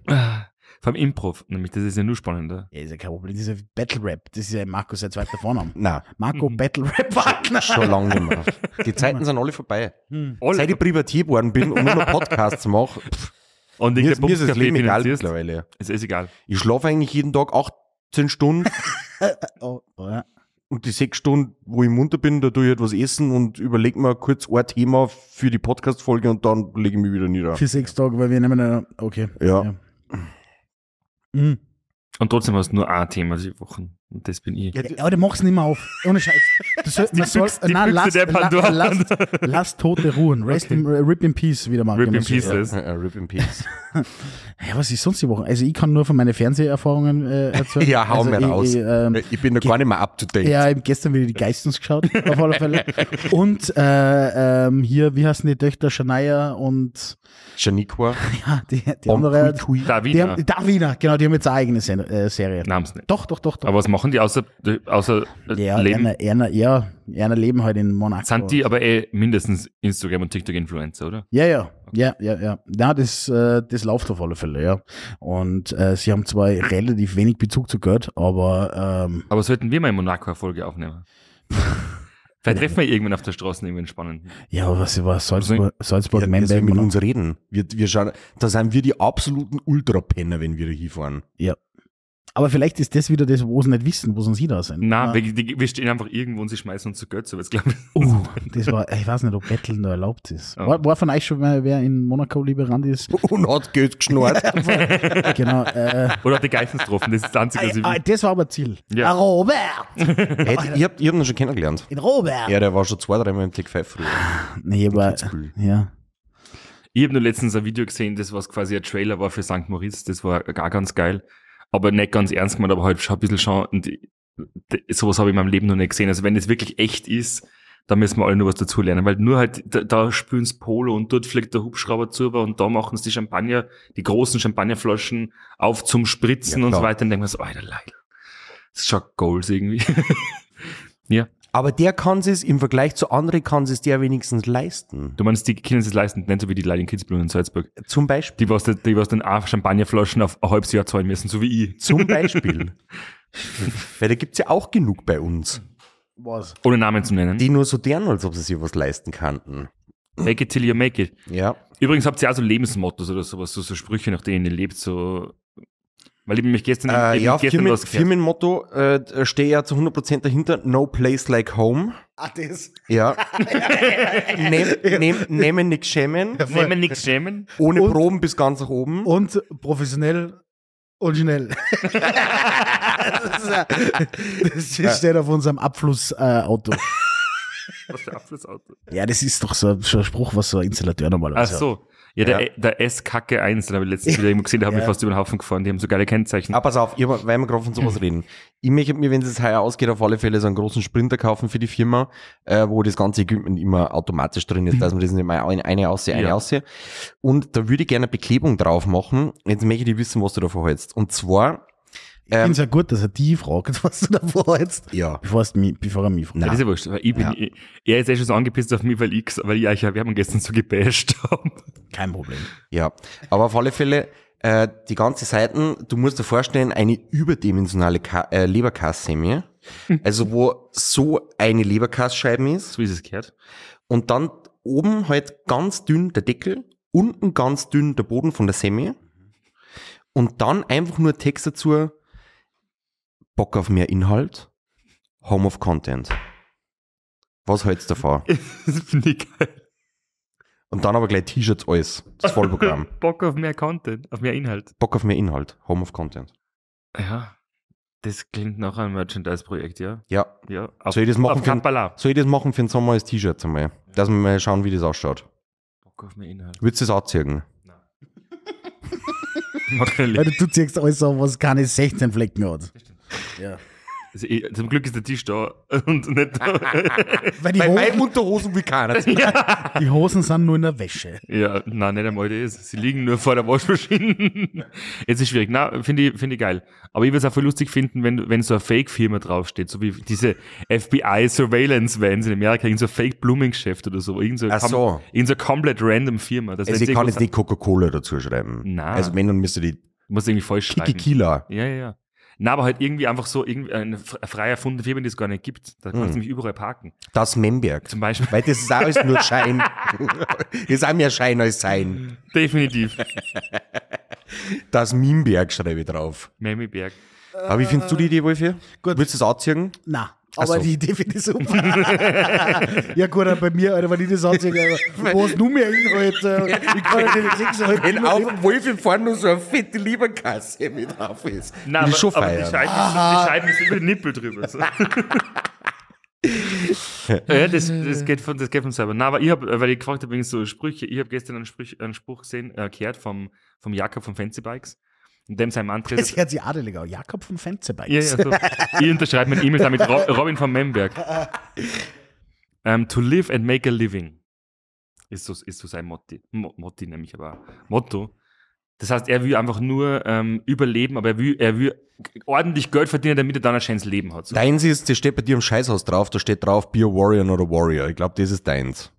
Vom Improv, nämlich das ist ja nur spannender. Ja, ist ja kein Problem. Diese Battle Rap, das ist ja Marco sein zweiter Vorname. Na, Marco Battle Rap Wagner. schon lange nicht mehr. Die Zeiten sind alle vorbei. Alle- Seit ich privatiert worden bin und nur noch Podcasts mache, pff, Und Mir, ist- mir ist das Bumskaffee Leben egal finanzierst. mittlerweile. Es ist egal. Ich schlafe eigentlich jeden Tag 18 Stunden Oh, oh, ja. und die sechs Stunden, wo ich munter bin, da tue ich etwas essen und überlege mir kurz ein Thema für die Podcast-Folge und dann lege ich mich wieder nieder. Für sechs Tage, weil wir nehmen eine. Okay. Ja. Mhm. Und trotzdem hast du nur ein Thema diese Wochen. Und das bin ich. Ja, Ja, aber der mach's nicht mehr auf. Ohne Scheiß. Du soll, man soll, Büchse- die nein, Büchse lass, der la, Pandora. lass, lass Tote ruhen. Rest Okay. in, äh, rip in Peace, wieder mal. Rip in gemacht. Peace. Ja, das. äh, Rip in Peace. Ja, was ist sonst die Woche? Also ich kann nur von meinen Fernseherfahrungen äh, erzählen. ja, hau also, mir ich, raus. Äh, Ich, ähm, Ich bin da gar nicht mehr up to date. ja, ich hab gestern wieder die Geistens geschaut, auf alle Fälle. Und äh, ähm, hier, wie heißen die Töchter Shania und Janiqua. ja, die, die andere. Die Davina. haben, Davina, genau, die haben jetzt eine eigene Sen äh, Serie. Namens nicht. Doch, doch, doch, doch. Aber was machen die außer, außer äh, ja, Leben? Erna, Erna, ja, Erna leben halt in Monaco. Sind die aber eh mindestens Instagram und TikTok-Influencer, oder? Ja, ja, ja, ja, ja. Na, das, äh, das läuft auf alle Fälle, ja. Und äh, sie haben zwar relativ wenig Bezug zu Geld, aber ähm, Aber sollten wir mal in Monaco eine Folge aufnehmen? Vielleicht treffen wir irgendwann auf der Straße irgendwann spannend. ja, aber was über Salzburg, Salzburg, Ja, Man der soll Bag, mit Monaco. uns reden. Wir, wir schauen, da sind wir die absoluten Ultrapenner, wenn wir da hinfahren. Aber vielleicht ist das wieder das, wo sie nicht wissen, wo sie hin da sind. Nein, Ah, wir, die, wir stehen einfach irgendwo und sie schmeißen uns zu Götze, aber jetzt glaube ich. uh, das war, ich weiß nicht, ob Betteln da erlaubt ist. Oh. War, war von euch schon mal wer in Monaco Liberand ist? Und hat Geld geschnurrt. genau. Äh, Oder die Geistens getroffen, das ist das Einzige, was ich ah, will. das war aber Ziel. Ja. Ah, Robert! Hätte- ich hab ich hab ihn schon kennengelernt. In Robert! Ja, der war schon zwei, dreimal im Blick 5 früher. Nee, aber, Kitzbühel. ja. Ich habe nur letztens ein Video gesehen, das was quasi ein Trailer war für St. Moritz, das war gar ganz geil. Aber nicht ganz ernst gemeint, aber halt schon ein bisschen schon. Und die- die- sowas habe ich in meinem Leben noch nicht gesehen. Also wenn es wirklich echt ist, da müssen wir alle nur was dazu lernen. Weil nur halt, da, da spülen sie Polo und dort fliegt der Hubschrauber zu und da machen sie die Champagner, die großen Champagnerflaschen auf zum Spritzen Ja, und so klar. weiter. Und denken wir so, alter Leid. Das ist schon Goals irgendwie. Aber der kann es im Vergleich zu anderen kann es der wenigstens leisten. du meinst, die Kinder sich leisten, nicht so wie die Leute in Kitzbühel und Salzburg. Zum Beispiel. Die, was, den- die, was dann auch Champagnerflaschen auf ein halbes Jahr zahlen müssen, so wie ich. Zum Beispiel. Weil da gibt's ja auch genug bei uns, Was? Ohne Namen zu nennen. die nur so deren, als ob sie sich was leisten könnten. Make it till you make it. Ja. Übrigens habt ihr auch so Lebensmottos oder sowas, so, so Sprüche, nach denen ihr lebt, so. Weil ich mich gestern, Äh, ich ja, hab gestern Firmen, was gehört. Firmenmotto äh, stehe ja zu 100% dahinter. No place like home. Ah, das. Ja. nehm, nehm, nehmen nicht schämen. Nehmen nichts schämen. Ohne Und- Proben bis ganz nach oben. Und professionell und schnell. das, ist ja, das ist- steht auf unserem Abflussauto. Was für ein Abflussauto. ja, das ist doch so ein, so ein Spruch, was so ein Installateur Ach normalerweise so. Ja, der, E, der S-Kacke 1, den habe ich letztens wieder irgendwo gesehen, der hat mich Ja. fast über den Haufen gefahren, die haben so geile Kennzeichen. Aber Ah, pass auf, ich, weil wir gerade von sowas reden. Ich möchte mir, wenn es heuer ausgeht, auf alle Fälle so einen großen Sprinter kaufen für die Firma, äh, wo das ganze Equipment immer automatisch drin ist, dass man das nicht mal eine, eine aussehen, eine Ja. aussehen. Und da würde ich gerne eine Beklebung drauf machen. Jetzt möchte ich wissen, was du davor hältst. Und zwar, Ich finde es ja gut, dass er die fragt, was du da vorhältst, ja, bevor, es mich, bevor er mich fragt. Ja, das ist ja wurscht. weil Ich bin, Ja. ich, er ist eh schon so angepisst auf mich, weil ich, weil ich euch ja, wir haben gestern so gebasht haben. Kein Problem. Ja, aber auf alle Fälle, äh, die ganze Seiten, du musst dir vorstellen, eine überdimensionale Ka äh, Leberkassemi, also wo so eine Leberkassscheibe ist So ist es gehört. und dann oben halt ganz dünn der Deckel, unten ganz dünn der Boden von der Semi und dann einfach nur Text dazu, Bock auf mehr Inhalt, Home of Content. Was hältst du davon? Das finde ich geil. Und dann aber gleich T-Shirts, alles, das Vollprogramm. Bock auf mehr Content, auf mehr Inhalt. Bock auf mehr Inhalt, Home of Content. Ja, das klingt nach einem Merchandise-Projekt, ja. Ja, ja auf, Soll ich das machen Auf für- Kampala. Soll ich das machen für den Sommer als T-Shirt einmal? Dass wir mal schauen, wie das ausschaut. Bock auf mehr Inhalt. Würdest du das anziehen? Mag keine Weil Liebe. du, du ziehst alles auf, was keine 16 Flecken hat. Ja. Also, ich, zum Glück ist der Tisch da und nicht da. Weil die, Hosen, Unterhosen will keiner ziehen. die Hosen sind nur in der Wäsche. ja, nein, nicht einmal das. Sie liegen nur vor der Waschmaschine. Jetzt ist schwierig. Na, finde ich, finde ich geil. Aber ich würde es auch voll lustig finden, wenn, wenn so eine Fake-Firma draufsteht, so wie diese FBI-Surveillance-Vans in Amerika, irgend so ein Fake-Blooming-Geschäft oder so. Irgend so, Ach so. Irgend so eine komplett random Firma. Das Also wenn's ich kann irgendwas- jetzt nicht Coca-Cola dazu schreiben. Nein. Also wenn, dann müsste die Muss irgendwie falsch Kiki schreiben. Kila. Ja, ja, ja. Na, aber halt irgendwie einfach so irgendwie eine f- frei erfundene Firma, die es gar nicht gibt. Da kannst du nämlich überall parken. Das Memberg. Zum Beispiel. Weil das ist auch alles nur Schein. das ist auch mehr Schein als Sein. Definitiv. Das Mimberg schreibe ich drauf. Memi Berg. Aber wie findest du die Idee, Wolfi? gut. Willst du es anziehen? Na, Ach aber so. die Idee finde ich super. ja, gut, aber bei mir, Alter, wenn ich das ansehe, Alter, wo hast du mir hin, Alter? Ich kann ja nicht sechs halt Wenn immer- auf dem Wolfi vorne nur so eine fette Leberkasse mit drauf ist. Nein, Will ich schon aber, aber die feiern. Scheiben ist, die Scheiben ist über den Nippel drüber. So. ja, das, das, geht von, das geht von selber. Nein, aber ich habe, weil ich gefragt habe wegen so Sprüche, ich habe gestern einen, Sprüch, einen Spruch gesehen, äh, gehört vom, vom Jakob von Fancy Bikes, in dem sein Mantra Das ist, hört sich adelig an. Jakob von Fenzebike. ja, ja, so. ich unterschreibe mein E-Mail damit Ro- Robin von Memberg. Ähm, to live and make a living ist so, ist so sein Motti, Mo- Motti nämlich, aber Motto. Das heißt, er will einfach nur ähm, überleben, aber er will, er will ordentlich Geld verdienen, damit er dann ein schönes Leben hat. So. Deins ist, das steht bei dir im Scheißhaus drauf, da steht drauf Be a Warrior oder Warrior. Ich glaube, das ist deins.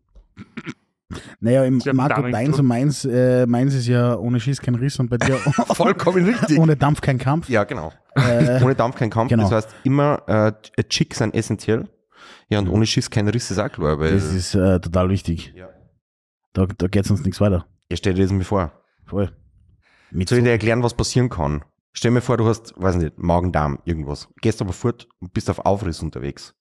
Naja, im Ich hab Marco, Damen- deins und meins, äh, meins ist ja ohne Schiss kein Riss und bei dir Vollkommen richtig. ohne Dampf kein Kampf. Äh, ja, genau. ohne Dampf kein Kampf. genau. Das heißt, immer äh, äh, Chicks sind essentiell. Ja, und ohne Schiss kein Riss ist auch klar, weil Das ist äh, total wichtig. Ja. Da, da geht uns nichts weiter. ich stelle dir das mir vor. Voll. Mit Soll ich dir erklären, was passieren kann? Stell mir vor, du hast, weiß nicht, Magen-Darm, irgendwas. Gehst aber fort und bist auf Aufriss unterwegs.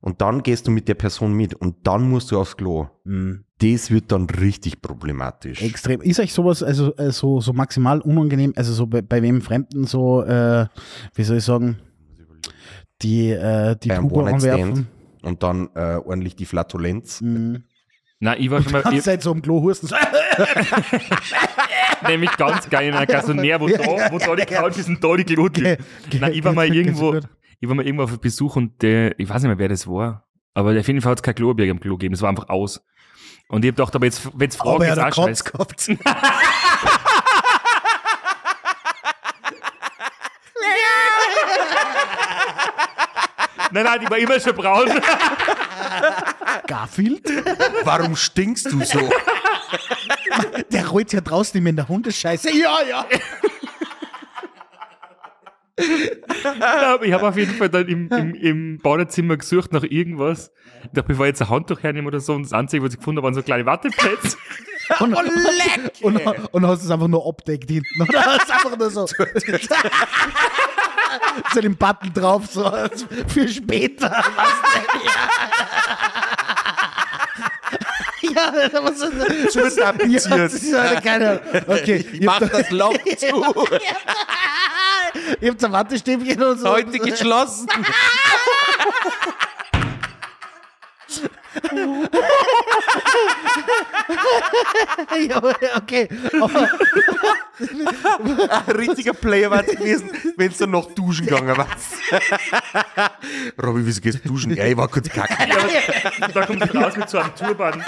Und dann gehst du mit der Person mit und dann musst du aufs Klo. Mm, Das wird dann richtig problematisch. extrem. Ist euch sowas also äh, so, so maximal unangenehm, also so bei, bei wem Fremden so, äh, wie soll ich sagen, die äh, die Beim Puppe anwerfen? One-Night-Stand und dann äh, ordentlich die Flatulenz. Mhm. Nein, ich war schon mal Kannst ich, halt so am Klo husten. so, äh, nämlich ganz geil in einer Gasonär, wo, da, wo da die Couch ist und da die Glut liegt. Nein, ich war mal geht's- geht's irgendwo, gut? ich war mal irgendwo auf Besuch und der, ich weiß nicht mehr, wer das war, aber auf jeden Fall hat es kein Klobier im Klo gegeben, es war einfach aus. Und ich hab gedacht, aber jetzt, wenn es Fragen Aber er ist, hat einen auch Kotz scheiße. gehabt. Nein, nein, die war immer schon braun. Garfield? Warum stinkst du so? Der rollt ja draußen immer in der Hundescheiße. Ja, ja. Aber ich habe auf jeden Fall dann im, im, im Badezimmer gesucht nach irgendwas. Ich dachte, bevor ich jetzt ein Handtuch hernehme oder so, und das Einzige, was ich gefunden habe, waren so kleine Wattepads. Und, und, und hast es einfach nur abdeckt hinten. Oder hast einfach nur so. zu dem Button drauf, so für später. Was denn? Ja, ja aber so, Zu ja, das tapeziert. ist halt keine Okay, ich Mach hab da, das Loch zu. ich hab da Wattestäbchen und so. Heute geschlossen. Ja, okay. Ein richtiger Player war gewesen, wenn du noch duschen gegangen warst. Robby, wieso gehst du duschen? Ja, ich war kurz kacken. Und da kommt sie raus mit so einem Turban.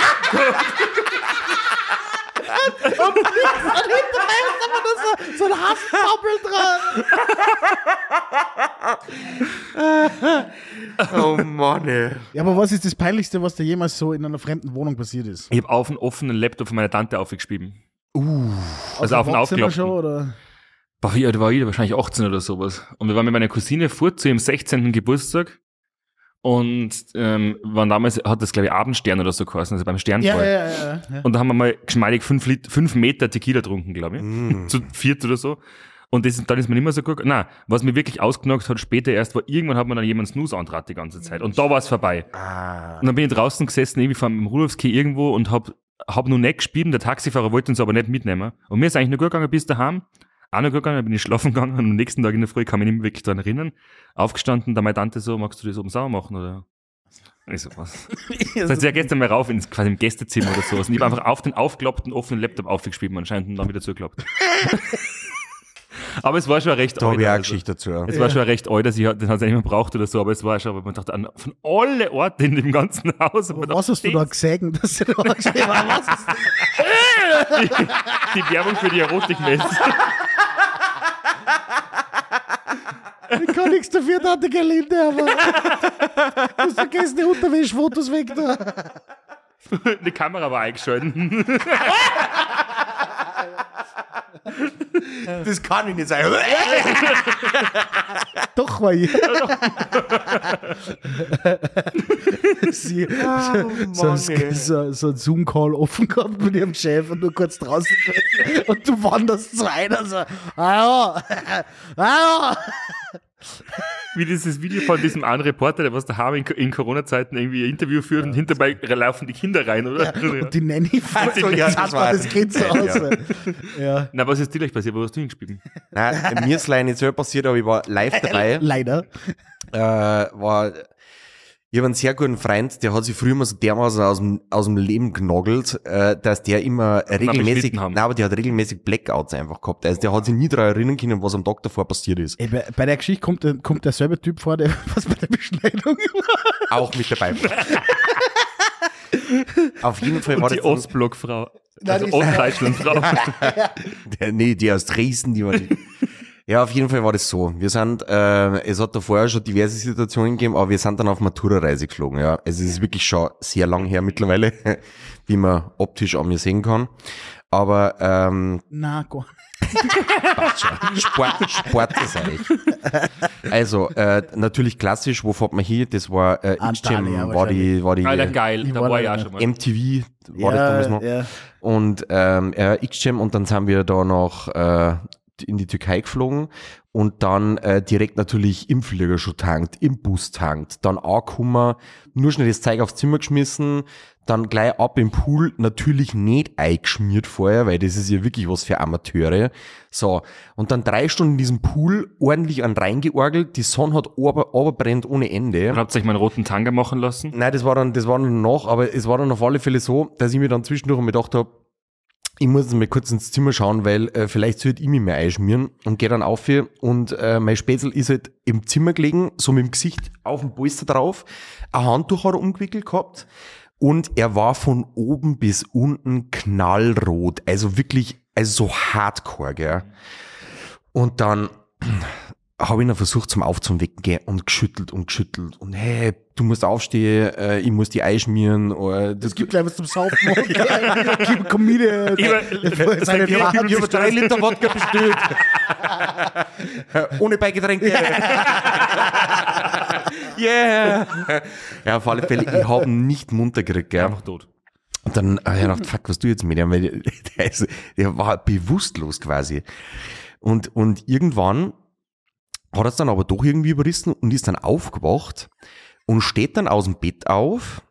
so ein Haftbubble dran. Oh Mann, ey. Ja, aber was ist das Peinlichste, was dir jemals so in einer fremden Wohnung passiert ist? Ich habe auf einen offenen Laptop von meiner Tante aufgespielt. Uh, also auf dem einen Wohnzimmer schon, aufgeklappten. oder? Boah, ja, da war ich wahrscheinlich 18 oder sowas. Und wir waren mit meiner Cousine fort zu ihrem 16. Geburtstag. Und ähm, waren damals, hat das glaube ich Abendstern oder so geheißen, also beim Sternfall. Ja, ja, ja, ja, ja. Und da haben wir mal geschmeidig fünf, Lit fünf Meter Tequila getrunken, Mhm. glaube ich. Hm, Zu viert oder so. Und das, dann ist man immer so gut. Nein, was mir wirklich ausgenockt hat, später erst war, irgendwann hat man dann jemanden Snooze antrat die ganze Zeit. Und da war es vorbei. Und dann bin ich draußen gesessen, irgendwie vor dem Rudolfski irgendwo und hab, hab nur nicht gespielt. Der Taxifahrer wollte uns aber nicht mitnehmen. Und mir ist eigentlich nur gut gegangen bis daheim. Auch noch gut gegangen, dann bin ich schlafen gegangen und am nächsten Tag in der Früh kann ich mich nicht mehr wirklich dran erinnern. Aufgestanden, da meine Tante so, magst du das oben sauber machen oder? Und Ich so, was? Das heißt, ja gestern mal rauf ins quasi im Gästezimmer oder sowas. Und ich hab einfach auf den aufgeklappten offenen Laptop aufgespielt anscheinend und dann wieder zugeklappt. aber es war schon recht Da habe ich auch eine also. Geschichte dazu. Es war schon recht alt, dass ich das hat's nicht mehr braucht oder so, aber es war schon, aber man dachte an von alle Orten in dem ganzen Haus. Und man Was dachte, hast du da das- gesehen, dass du da geschrieben hast? Was ist das? Die Werbung für die Erotikmesse. Ich kann nichts dafür, da hat die Gelinde, aber du hast vergessen, die Unterwäschfotos weg da. die Kamera war eingeschalten. Das kann ich nicht sein. Doch war ich. Sie, so, so, ein- so, so ein Zoom-Call offen gehabt mit ihrem Chef und nur kurz draußen gesessen und du wanderst zu einer so, also, ah ja, ah Wie dieses Video von diesem einen Reporter, der was daheim in, in Corona-Zeiten irgendwie ein Interview führt und hinterbei laufen die Kinder rein, oder? ja. Und die Nanny fragt so, ja, jetzt das hat war- man das Kind so aus. Ja. Ja. Na, was ist dir gleich passiert? Wo hast du hingespielt? Nein, mir ist leider nicht so passiert, aber ich war live dabei. Leider. äh, war, ich habe einen sehr guten Freund, der hat sich früher immer so dermaßen aus dem, aus dem Leben genagelt, äh, dass der immer regelmäßig, beschnitten haben. nein, aber der hat regelmäßig Blackouts einfach gehabt. Also der hat sich nie daran erinnern können, was am Tag davor passiert ist. Ey, bei, bei der Geschichte kommt, der- kommt derselbe Typ vor, der was bei der Beschneidung war. Auch mit dabei. Auf jeden Fall war Die das dann- Ostblockfrau. Nein, Also die- Ostdeutschlandfrau. Der, nee, die aus Dresden, die war die. Ja, auf jeden Fall war das so. Wir sind, äh, es hat da vorher schon diverse Situationen gegeben, aber wir sind dann auf Matura-Reise geflogen, ja. Also es ist wirklich schon sehr lang her mittlerweile, wie man optisch an mir sehen kann. Aber, ähm, Na, gar nicht. Sport, Sport ist eigentlich. Also, äh, natürlich klassisch, wo fährt man hier? Das war, äh, Antalya X-Gym, war die, war die, Alter, geil. Ich Da war war ich da auch nicht. schon mal. MTV, Oh, war das damals noch? ja. und ähm, ja, X-Jam und dann sind wir da noch äh, in die Türkei geflogen und dann äh, direkt natürlich im Flieger schon tankt, im Bus tankt, dann angekommen, nur schnell das Zeug aufs Zimmer geschmissen, dann gleich ab im Pool, natürlich nicht eingeschmiert vorher, weil das ist ja wirklich was für Amateure. So, und dann drei Stunden in diesem Pool ordentlich an reingeorgelt, die Sonne hat aber, aber brennt ohne Ende. Habt ihr euch meinen roten Tanga machen lassen? Nein, das war dann, das war dann noch, aber es war dann auf alle Fälle so, dass ich mir dann zwischendurch einmal gedacht habe, ich muss jetzt mal kurz ins Zimmer schauen, weil äh, vielleicht sollte ich mich mal einschmieren und gehe dann auf hier und äh, mein Spätzl ist halt im Zimmer gelegen, so mit dem Gesicht auf dem Polster drauf, ein Handtuch hat er umgewickelt gehabt und er war von oben bis unten knallrot, also wirklich, also so hardcore, gell. Und dann habe ich noch versucht zum Aufzuwecken gell, und geschüttelt und geschüttelt und hey, du musst aufstehen, äh, ich muss die einschmieren oder das Es gibt gleich was zum Saufen. ja. Gib Comedian. Über- Seine Über- Frage. Ich habe drei Liter Wodka bestellt. Ohne Beigetränke. yeah. Ja, auf alle Fälle, ich habe ihn nicht munter gekriegt. Gell. Einfach tot. Und dann habe ich gedacht, fuck, was du jetzt mit ihm? Weil der- der, ist, der war bewusstlos quasi. Und, und irgendwann hat er es dann aber doch irgendwie überrissen und ist dann aufgewacht und steht dann aus dem Bett auf,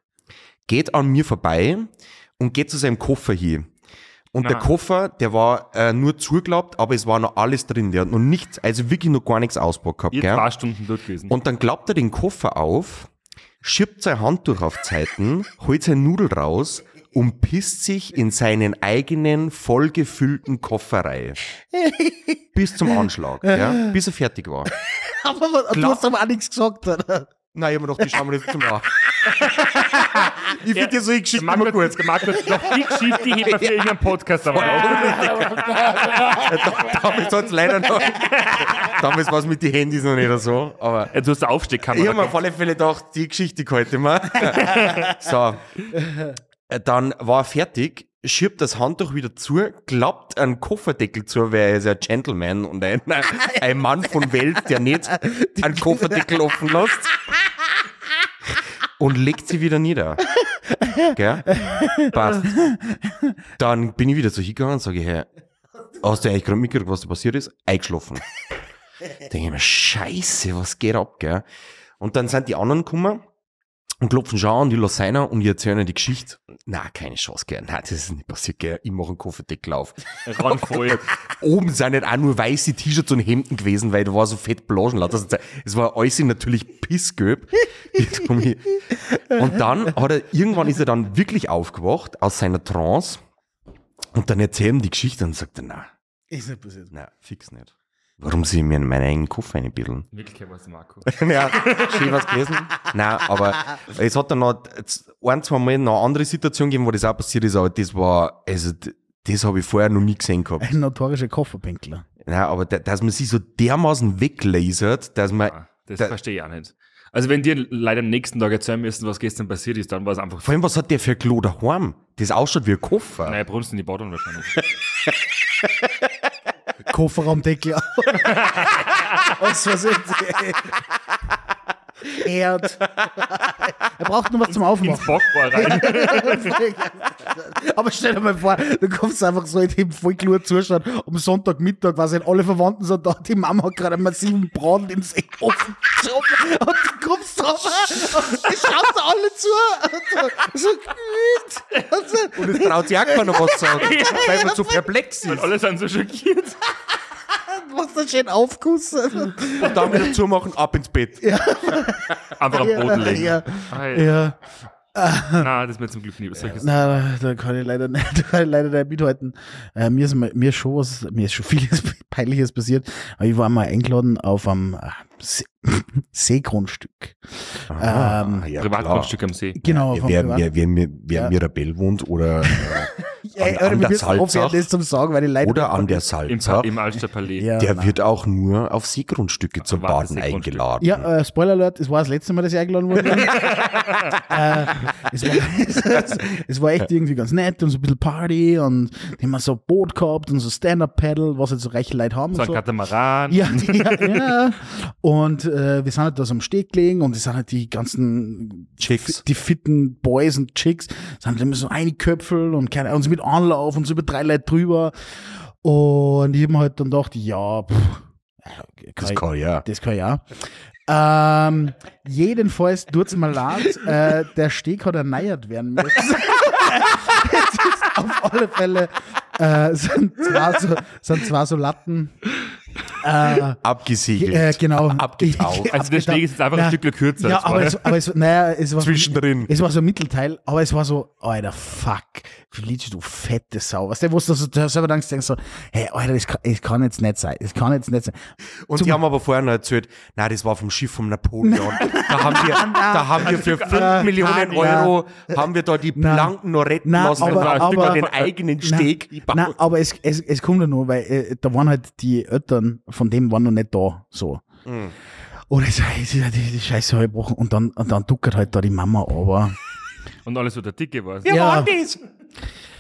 geht an mir vorbei und geht zu seinem Koffer hier. Und der Aha. Koffer, der war äh, nur zugeklappt, aber es war noch alles drin. Der hat noch nichts, also wirklich noch gar nichts ausgepackt gehabt. Ihr gell? zwei Stunden dort gewesen. Und dann klappt er den Koffer auf, schiebt sein Handtuch auf Zeiten, holt sein Nudel raus und pisst sich in seinen eigenen vollgefüllten Kofferreihe. Bis zum Anschlag, ja, bis er fertig war. Aber was- du hast aber auch nichts gesagt, oder? Nein, ich hab mir gedacht, die schauen wir jetzt zum Nach. Ich finde ja so eine Geschichte Marco, jetzt, Marco, jetzt noch die Geschichte hebt man für irgendeinen Podcast aber auf. Damals hat's leider noch. Damals war's mit den Handys noch nicht so, aber. Jetzt hast Also du eine Ich habe mir Aufstehkamera. auf alle Fälle gedacht, die Geschichte gehört immer. so. Äh, Dann war er fertig, schiebt das Handtuch wieder zu, klappt einen Kofferdeckel zu, weil er ist ein Gentleman und ein, ein Mann von Welt, der nicht einen Kofferdeckel offen lässt. Und legt sie wieder nieder. Gell? Passt. Dann bin ich wieder zu hingegangen und sage, hey, hast du eigentlich gerade mitgekriegt, was da passiert ist? Eingeschlafen. Denke ich mir, scheiße, was geht ab, gell? Und dann sind die anderen gekommen und klopfen schon an, die lassen einer und ich erzähle ihnen die Geschichte. Na, keine Chance, gell? Na, das ist nicht passiert, gell? Ich mache einen Kofferdeckel auf. Ran vorher. Oben sind nicht auch nur weiße T-Shirts und Hemden gewesen, weil da war so fett Blaschen. lauter so Zeug. Es war alles natürlich pissgelb. Jetzt komm ich- und dann hat er, irgendwann ist er dann wirklich aufgewacht aus seiner Trance und dann erzählt ihm die Geschichte und sagt er, na, Ist nicht passiert. na, fix nicht. Warum sie mir in meinen eigenen Koffer einbilden? Wirklich, was Marco. Ja, schön was gewesen. Nein, aber es hat dann noch z- ein, zwei Mal noch eine andere Situation gegeben, wo das auch passiert ist, aber das war, also d- das habe ich vorher noch nie gesehen gehabt. Ein notorischer Kofferpinkler. Nein, aber da, dass man sich so dermaßen weglasert, dass man, Ah, Das Da- verstehe ich auch nicht. Also wenn dir leider am nächsten Tag erzählen müssen, was gestern passiert ist, dann war es einfach... vor allem, was hat der für ein Klo daheim? Das ausschaut wie ein Koffer. Naja, brunst in die Bordern wahrscheinlich. Kofferraumdeckel auf. Was versehen Erd. Er braucht nur was zum Ins Aufmachen. Bockbar rein. Aber stell dir mal vor, du kommst einfach so in dem vollklur Zustand am Sonntagmittag, was in alle Verwandten sind da, die Mama hat gerade einen massiven Brand ins Ofen geschoben und du kommst drauf und die schaust da alle zu und so, so gut. Und so, Und es traut sich auch keiner was sagen, weil man so perplex Und ist. alle sind so schockiert. was da schön aufgussen. Und dann wieder zumachen, ab ins Bett. Einfach am Boden legen. Ja, Ah, ja. ja. Na, das ist mir zum Glück nie solches. Na, da kann ich leider nicht, da kann ich leider nicht mithalten. Äh, mir ist mal- mir ist schon was, mir ist schon vieles Peinliches passiert. Aber ich war mal eingeladen auf einem äh, See, Seegrundstück. ähm, Ah, ja, Privatgrundstück am See. Genau, Ja, vom wer, Privat- wer, wer, mir- wer Ja. Mirabell wohnt oder, Ey, an- an Alter, wir der müssen aufhören, Salzach. das zum Sagen, weil die Leute. oder an der Im, Salza, Pa- im Alsterpalais. ja, der nein. wird auch nur auf Seegrundstücke zum Privates Baden Seegrundstück. eingeladen. Ja, äh, Spoiler Alert, es war das letzte Mal, dass ich eingeladen wurde. äh, es, war, es war echt irgendwie ganz nett und so ein bisschen Party und die haben so ein Boot gehabt und so Stand-Up-Paddle, was jetzt so reiche Leute haben. So und ein so. Katamaran. Ja, ja, ja. Und äh, wir sind halt da so am Steg gelegen und es sind halt die ganzen Chicks. die fitten Boys und Chicks, sind halt immer so einköpfeln und keine Ahnung, so mit Anlauf und so über drei Leute drüber. Und ich hab mir halt dann gedacht, ja, pff, äh, kann Das ich- kann ja. das kann ich auch. Ähm, jedenfalls, tut's mal leid, äh, der Steg hat erneuert werden müssen. das ist auf alle Fälle äh, sind, zwar so, sind zwar so Latten. Äh, Abgesiegelt. äh, genau. Abgetaucht. Also der Steg ist jetzt einfach ein Stückchen kürzer. Ja, als war. aber es, aber es, naja, es war Zwischendrin. Es war so ein Mittelteil, aber es war so, alter Fuck, Felice, du fette Sau. Weißt du, wo du so selber denkst, denkst so, hey, alter, das kann, das kann jetzt nicht sein, das kann jetzt nicht sein. Und die haben aber vorher noch erzählt, nein, das war vom Schiff vom Napoleon. Da haben wir, da haben wir für 5 äh, Millionen nein, Euro, haben wir da die Äh, Nein. Planken noch retten Nein, lassen aber- und haben aber- sogar den eigenen Steg Nein, gebaut. aber es, es, es kommt ja nur, weil äh, da waren halt die Eltern von dem waren noch nicht da, so. Mhm. Und es es ist halt die, die Scheiße halbbrochen und dann, und dann duckert halt da die Mama aber. Und alles so der Dicke war. Wir Ja. waren das.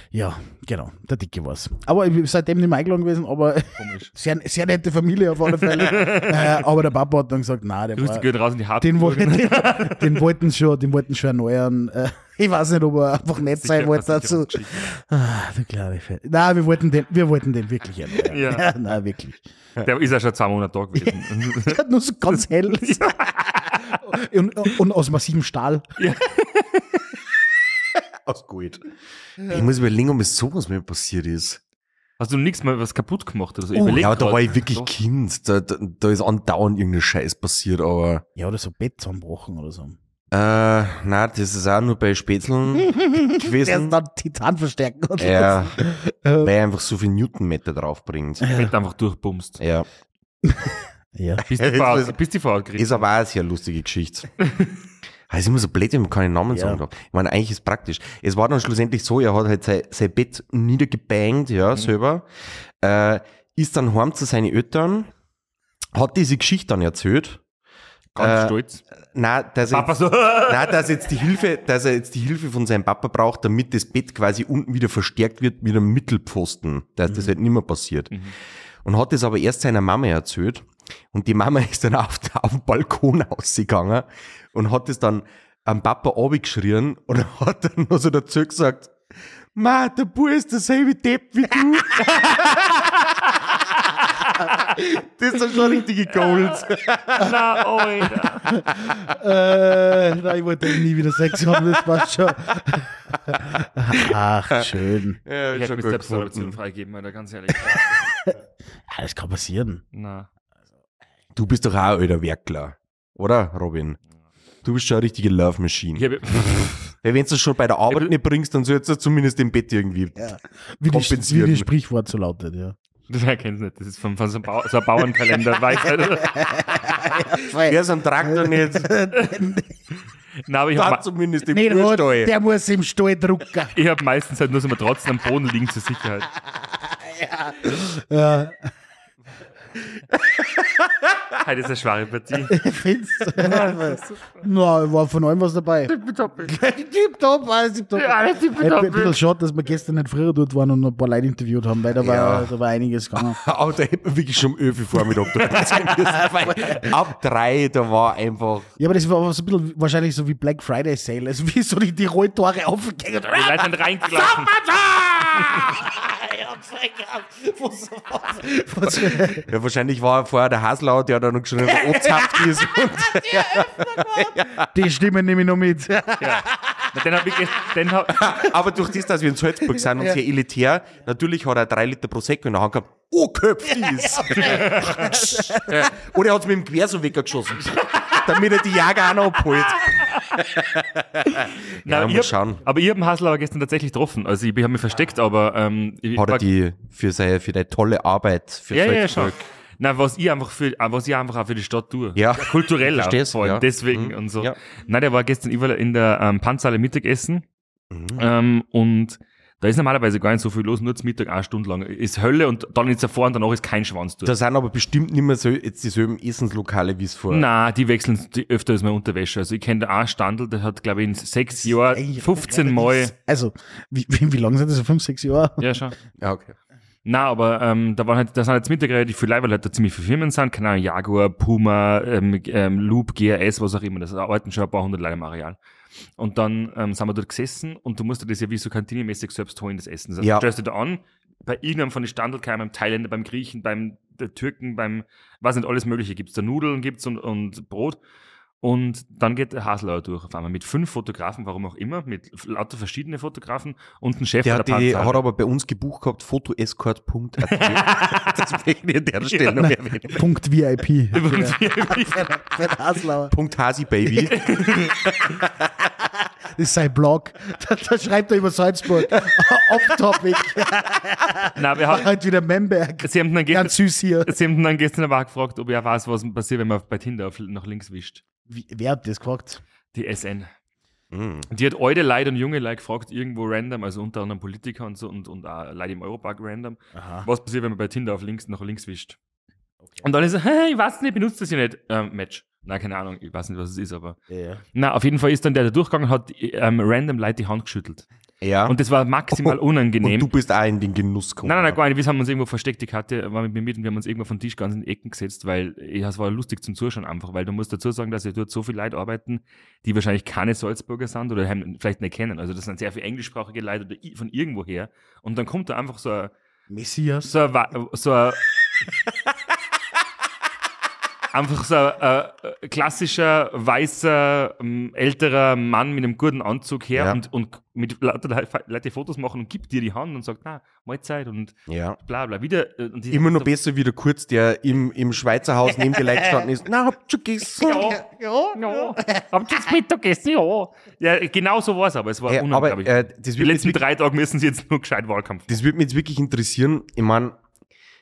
Ja, genau, der Dicke war's. Aber ich bin seitdem nicht mehr eingeladen gewesen, aber sehr, sehr nette Familie auf alle Fälle. äh, aber der Papa hat dann gesagt, na, der Grüße war, gehen draußen die den, Hartburg. wollten, den, den wollten schon, den wollten schon erneuern. Äh, ich weiß nicht, ob er einfach nett sein wollte dazu. Ah, du glaube ich. Na, wir wollten den, wir wollten den wirklich erneuern. Ja. ja na, wirklich. Der ist ja schon zwei Monate da gewesen. Der hat nur so ganz hell. und, und aus massivem Stahl. Aus Gold. Ich muss überlegen, ob es sowas mir passiert ist. Hast du nichts mal was kaputt gemacht oder so? Ich überleg Oh, Ja, aber da grad. war ich wirklich Doch. Kind. Da, da, da ist andauernd irgendein Scheiß passiert, aber. Ja, oder so Bett zusammenbrochen oder so. Äh, nein, das ist auch nur bei Spätzeln Der ist gewesen. dann Titan verstärken. und Ja, Ähm. Äh. weil er einfach so viel Newtonmeter draufbringt. Bett einfach durchbumst. Ja. Ja. Bis die Jetzt Frau- was- bis die Frau kriegt. Ist aber auch eine sehr lustige Geschichte. Es ist immer so blöd, wenn man keine Namen Ja. sagen darf. Ich meine, eigentlich ist es praktisch. Es war dann schlussendlich so, er hat halt sein, sein Bett niedergebangt, Mhm. ja, selber. Äh, ist dann heim zu seinen Eltern, hat diese Geschichte dann erzählt. Ganz äh, stolz. Nein, dass er, Papa so. nein, dass, jetzt die Hilfe, dass er jetzt die Hilfe von seinem Papa braucht, damit das Bett quasi unten wieder verstärkt wird mit einem Mittelpfosten, dass das halt nicht mehr passiert. Und hat das aber erst seiner Mama erzählt. Und die Mama ist dann auf, auf den Balkon ausgegangen und hat das dann am Papa abgeschrien und hat dann noch so dazu gesagt, Ma, der Bub ist derselbe Depp wie du. das ist doch schon richtige Gold. Na, Alter. Äh, nein, ich wollte nie wieder Sex haben, das war schon. Ach, schön. Ja, Ich hätte mir selbst eine Option freigeben, Alter, ganz ehrlich. Ja, das kann passieren. Na. Du bist doch auch ein alter Werkler, oder, Robin? Du bist schon eine richtige Love Machine. Ich hab, Weil wenn du es schon bei der Arbeit Ja, nicht bringst, dann sollst du es zumindest im Bett irgendwie. Wie das wie Kompensieren. die Sprichwort so lautet, ja. wer kennt's nicht? Das ist von, von so einem Bau, so einem Bauernkalender. Weiß, Alter. Wer es am Traktor nicht, Na, aber ich dann hab, zumindest im Nee, nee, der, muss, Kuhstall. der muss im Stall drucken. ich hab meistens halt nur so mal trotzdem am Boden liegen zur Sicherheit. Ja. Heute ist eine schwere Partie. Findest Na, war von allem was dabei. Tipptopp, alles tipptopp. Ja, alles tipptopp. Ich bin ein bisschen schade, dass wir gestern nicht früher dort waren und ein paar Leute interviewt haben, weil da war, Ja. da war einiges gegangen. Aber da hätten wir wirklich schon um Öfi-Vormittag dran sein müssen, weil ab drei, da war einfach. Ja, aber das war so ein bisschen wahrscheinlich so wie Black Friday Sale, also wie so die Tirol-Tore aufgegangen. Die Leute sind reingelassen. Ja, wahrscheinlich war vorher der Haslau, der da noch geschrieben hat, ob es Haft ist. Die Stimmen nehme ich noch mit. Na, Den hab ich, ge- den hab, Aber durch das, dass wir in Salzburg sind und sehr elitär, natürlich hat er drei Liter Prosecco in der Hand gehabt. Oh, köpft ist. Oder er hat es mit dem Querso weggeschossen, damit er die Jäger auch noch abholt. na, mal ich hab, schauen. Ah. Aber ich hab den Hasler aber gestern tatsächlich getroffen. Also ich, ich habe mich versteckt, aber ähm, ich, Hat er war- die für seine, für deine tolle Arbeit für ja, ja, schon. Salzburg. Nein, was ich einfach für, ah, was ich einfach auch für die Stadt tue. Ja. Kulturell auch. Verstehst, vor allem ja. Mhm. Deswegen und so. ja. Nein, der war gestern überall in der ähm, Panzerhalle Mittagessen. Mhm. Ähm, und da ist normalerweise gar nicht so viel los, nur zum Mittag eine Stunde lang. Ist Hölle und dann ist er vor und danach ist kein Schwanz durch. Da sind aber bestimmt nicht mehr so jetzt dieselben Essenslokale, wie es vor. Na, die wechseln die öfter als meine Unterwäsche. Also ich kenne da einen Standel, der hat, glaube ich, in sechs Jahren eigentlich 15 Mal. Also, wie, wie, wie lange sind das? So fünf, sechs Jahre? Ja, schon. Ja, okay. Na, aber ähm, da waren halt, da sind jetzt Mittag relativ viele Leute, weil halt da ziemlich viele Firmen sind. Keine Ahnung, Jaguar, Puma, ähm, ähm, Loop, GRS, was auch immer. Das arbeiten schon ein paar hundert Leute im Areal. Und dann ähm, sind wir dort gesessen und du musst dir das ja wie so kantinemäßig selbst holen, das Essen. Das heißt, Ja. du stellst dich da an, bei irgendeinem von den Standardkeimen, beim Thailänder, beim Griechen, beim der Türken, beim, was nicht alles Mögliche gibt's da Nudeln gibt's und, und Brot. Und dann geht der Haslauer durch auf einmal mit fünf Fotografen, warum auch immer, mit lauter verschiedene Fotografen und einem Chef Der von hat, die, Panzerhalle. hat aber bei uns gebucht gehabt, fotoescort.at. das möchte ich an der Stelle noch erwähnen. Punkt VIP. Bei der Haslauer. Punkt Hasi Baby. Das ist sein Blog. Da, da schreibt er über Salzburg. Off-Topic. Nein, wir haben, Halt wieder Memberg. Sie haben, dann gestern, Ganz süß hier. Sie haben dann gestern aber auch gefragt, ob er weiß, was passiert, wenn man bei Tinder auf, nach links wischt. Wie, wer hat das gefragt? Die SN. Mhm. Die hat alte Leute und junge Leute gefragt, irgendwo random, also unter anderem Politiker und so und, und auch Leute im Europark random, was passiert, wenn man bei Tinder auf links, nach links wischt. Und dann ist er, hey, ich weiß nicht, benutzt das ja nicht. Ähm, Match. Na, keine Ahnung, ich weiß nicht, was es ist, aber. Ja. Na, auf jeden Fall ist dann der, der durchgegangen hat, ähm, random Leute die Hand geschüttelt. Ah. Ja. Und das war maximal unangenehm. Und du bist auch in den Genuss gekommen. Nein, nein, nein, gar nicht. Wir haben uns irgendwo versteckt. Die Katja war mit mir mit und wir haben uns irgendwo vom Tisch ganz in die Ecken gesetzt, weil eh, es war lustig zum Zuschauen einfach, weil du musst dazu sagen, dass ja dort so viele Leute arbeiten, die wahrscheinlich keine Salzburger sind oder haben- vielleicht nicht kennen. Also das sind sehr viele englischsprachige Leute oder i- von irgendwoher. Und dann kommt da einfach so ein, Messias. so ein, Wa- so ein einfach so ein äh, klassischer, weißer, ähm, älterer Mann mit einem guten Anzug her Ja. und, und mit lauter Leute Leute Fotos machen und gibt dir die Hand und sagt, na, Mahlzeit und Ja. bla bla. Wieder, äh, und die, Immer nur besser wie der Kurz, der im, im Schweizer Haus neben dir Leute gestanden ist. Na, habt ihr gegessen? Ja, habt ihr jetzt Mittagessen? Ja. Ja, genau so war es aber. Es war Hey, aber unangenehm. äh, das, die wird mich letzten jetzt, drei Tage müssen sie jetzt nur gescheit Wahlkampf machen. das wird mich jetzt wirklich interessieren. Ich meine,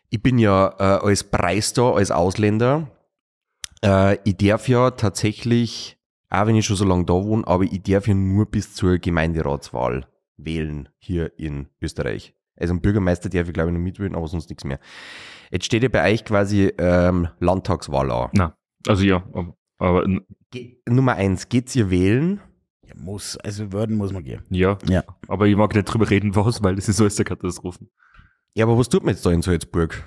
ich bin ja äh, als Preis da, als Ausländer. Äh, ich darf ja tatsächlich, auch wenn ich schon so lange da wohne, aber ich darf ja nur bis zur Gemeinderatswahl wählen hier in Österreich. Also einen Bürgermeister darf ich glaube ich noch mitwählen, aber sonst nichts mehr. Jetzt steht ja bei euch quasi ähm, Landtagswahl an. Also ja, aber Ge Nummer eins, geht's ihr wählen? Ja, muss. Also, Würden muss man gehen. ja. Ja. Aber ich mag nicht drüber reden, was, weil das ist so ist der Katastrophen. Ja, aber was tut man jetzt da in Salzburg?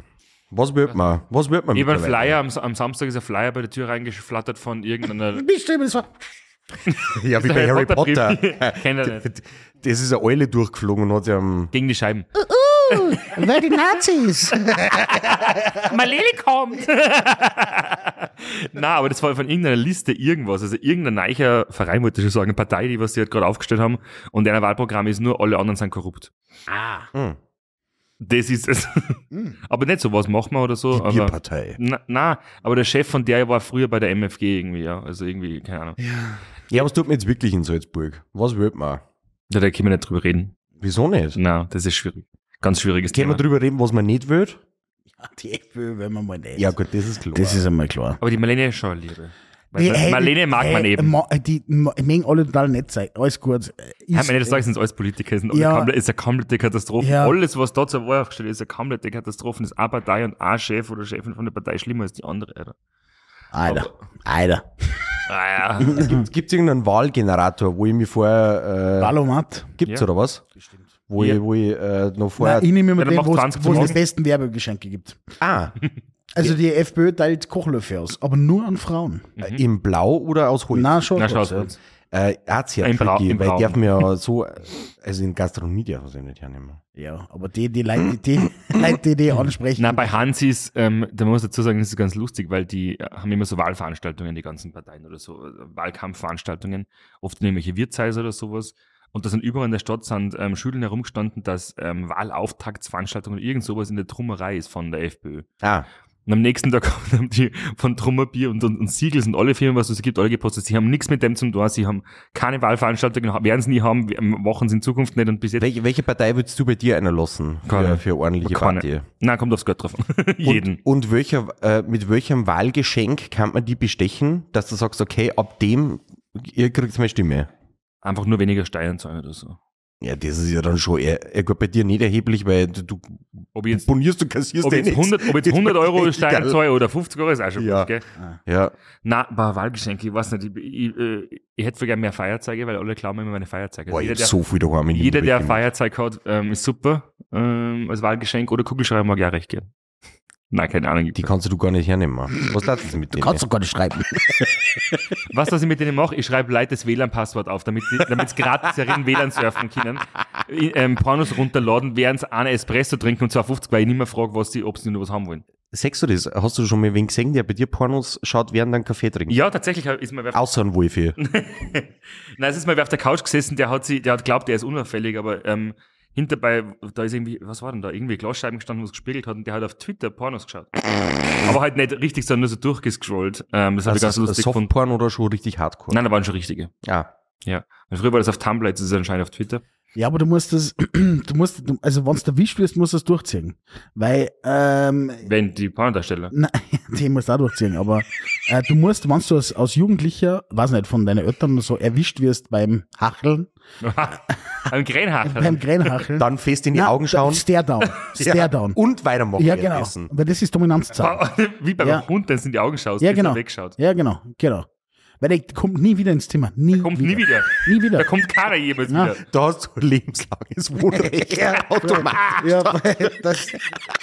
Was wird man? Was wird man Ich habe einen mittlerweile? Flyer, am, am Samstag ist ein Flyer bei der Tür reingeflattert von irgendeiner. Bestimmt, es war. Ja, wie bei Harry Potter. Kennt er nicht. Das ist eine Eule durchgeflogen und hat sie am. Gegen die Scheiben. Wer die Nazis? Malele kommt! Na, aber das war von irgendeiner Liste irgendwas. Also irgendein neicher Verein, wollte ich schon sagen, eine Partei, die was sie halt gerade aufgestellt haben. Und deren Wahlprogramm ist nur, alle anderen sind korrupt. Hm, Das ist es. aber nicht so, was machen wir oder so. die Aber, Partei. na, na, aber der Chef von der war früher bei der MFG irgendwie, ja. Also irgendwie, keine Ahnung. Ja, was tut man jetzt wirklich in Salzburg? Was wird man? Da, da können wir nicht drüber reden. Wieso nicht? Na, das ist schwierig. Ganz schwieriges Können wir Thema. drüber reden, was man nicht will? Die FPÖ, wenn man mal nicht. Ja, gut, das ist klar. Das ist einmal klar. aber die Melania ist schon eine Liebe. Weil Marlene mag man eben. Ma, die ma- mögen alle total nett sein. Alles gut. Ich, Nein, meine, das sage ich, sind alles Politiker, sind alle Ja. komplett, ist eine komplette Katastrophe. Ja. Alles, was da zur Wahl aufgestellt ist, ist eine komplette Katastrophe. Das ist eine Partei und ein Chef oder Chefin von der Partei schlimmer als die andere, Alter. Alter. Alter. Ah, ja. Gibt es irgendeinen Wahlgenerator, wo ich mich vorher. Ballomat. Äh, Gibt es Ja. oder was? Wo Ja. ich, wo ich äh, noch vorher. Nein, ich nehme immer dann den, macht wo 20 es die morgen. besten Werbegeschenke gibt. ah, Also die FPÖ teilt Kochlöffel aus, aber nur an Frauen. Mhm. im Blau oder aus Holz? Na, schon. Na, kurz, schaut uns. Äh, hat's ja Im Bra- tricky, im weil Braun. die dürfen ja so, also in Gastronomie dürfen sie nicht hernehmen. ja. ja, aber die, die Leute, die, die, Leute, die, die ansprechen. Na, bei Hansis, ähm, da muss ich dazu sagen, das ist ganz lustig, weil die äh, haben immer so Wahlveranstaltungen, die ganzen Parteien oder so, äh, Wahlkampfveranstaltungen, oft in irgendwelche Wirtshäuser oder sowas. Und da sind überall in der Stadt sind ähm, Schülern herumgestanden, dass ähm, Wahlauftaktsveranstaltungen irgend sowas in der Trummerei ist von der FPÖ. Ah, Und am nächsten Tag haben die von Trummerbier und, und, und Siegels und alle Firmen, was es gibt, alle gepostet. Sie haben nichts mit dem zu tun, sie haben keine Wahlveranstaltungen, ha- werden es nie haben, machen sie in Zukunft nicht und bis jetzt. welche, welche Partei würdest du bei dir einer lassen für, Keine. für ordentliche Keine. Party? Nein, kommt aufs Geld drauf. an. Jeden. Und, und welcher, äh, mit welchem Wahlgeschenk kann man die bestechen, dass du sagst, okay, ab dem, ihr kriegt meine Stimme? Einfach nur weniger Steuern zahlen oder so. Ja, das ist ja dann schon, eher, eher gut, bei dir nicht erheblich, weil du, du Ob ich jetzt, bonierst, du kassierst ob eh jetzt, nichts. 100, ob jetzt 100 Euro Steuern Egal. zahle oder 50 Euro ist auch schon Ja. gut, gell? Ja, Na, bei Wahlgeschenke, ich weiß nicht, ich, ich, äh, ich hätte gerne mehr Feierzeige, weil alle klauen mir immer meine Feierzeige. boah, ich Jeder, hab der- so viel daheim in die Jeder, Liebe der ein gemacht. Feierzeug hat, ähm, ist super ähm, als Wahlgeschenk oder Kugelschreiber mag ich auch recht gern. Nein, keine Ahnung. Die kannst du gar nicht hernehmen. Was darfst du mit du denen? kannst doch gar nicht schreiben. Was, was ich mit denen mache, ich schreibe Leute das WLAN-Passwort auf, damit sie damit's gratis herin WLAN surfen können. Ich, Ähm, Pornos runterladen, während sie einen Espresso trinken und 2,50, weil ich nicht mehr frage, was sie, ob sie nur was haben wollen. Sagst du das? Hast du schon mal wen gesehen, der bei dir Pornos schaut, während dann Kaffee trinkt? Ja, tatsächlich ist mal wer, Außer ein Wolfi. nein, es ist mal wer auf der Couch gesessen, der hat sie, der hat glaubt, der ist unauffällig, aber ähm, hinterbei, da ist irgendwie, was war denn da? Irgendwie Glasscheiben gestanden, was gespiegelt hat und der hat auf Twitter Pornos geschaut. aber halt nicht richtig, sondern nur so durchgescrollt. Ähm, das habe Also ich ganz lustig gefunden. Softporn oder schon richtig Hardcore? Ah. Nein, da waren schon richtige. Ja. Ja. Früher war das auf Tumblr, jetzt ist es anscheinend auf Twitter. Ja, aber du musst das, du musst, du- also wenn es erwischt wirst, musst du es durchziehen. Weil, ähm, Wenn die Pornodarsteller. nein, die musst du auch durchziehen, aber äh, du musst, wenn du als, als Jugendlicher, weiß nicht, von deinen Eltern oder so erwischt wirst beim Hacheln, Ein Grenhacher. beim Grenhacheln. Dann fest in die Nein, Augen schauen. Stare down, stare Ja. down. Und weitermachen. Ja, genau, währenddessen. weil das ist Dominanzzeit. Wie beim Ja. Hund, dann sind die Augen schaust, Ja, bis er genau. wegschaut. Ja, genau, genau. Weil der kommt nie wieder ins Thema, nie Kommt wieder. nie wieder. Nie wieder. Da kommt keiner jemals Ja. wieder. Da hast du lebenslanges Wohnrecht. Automat. Ja, weil das,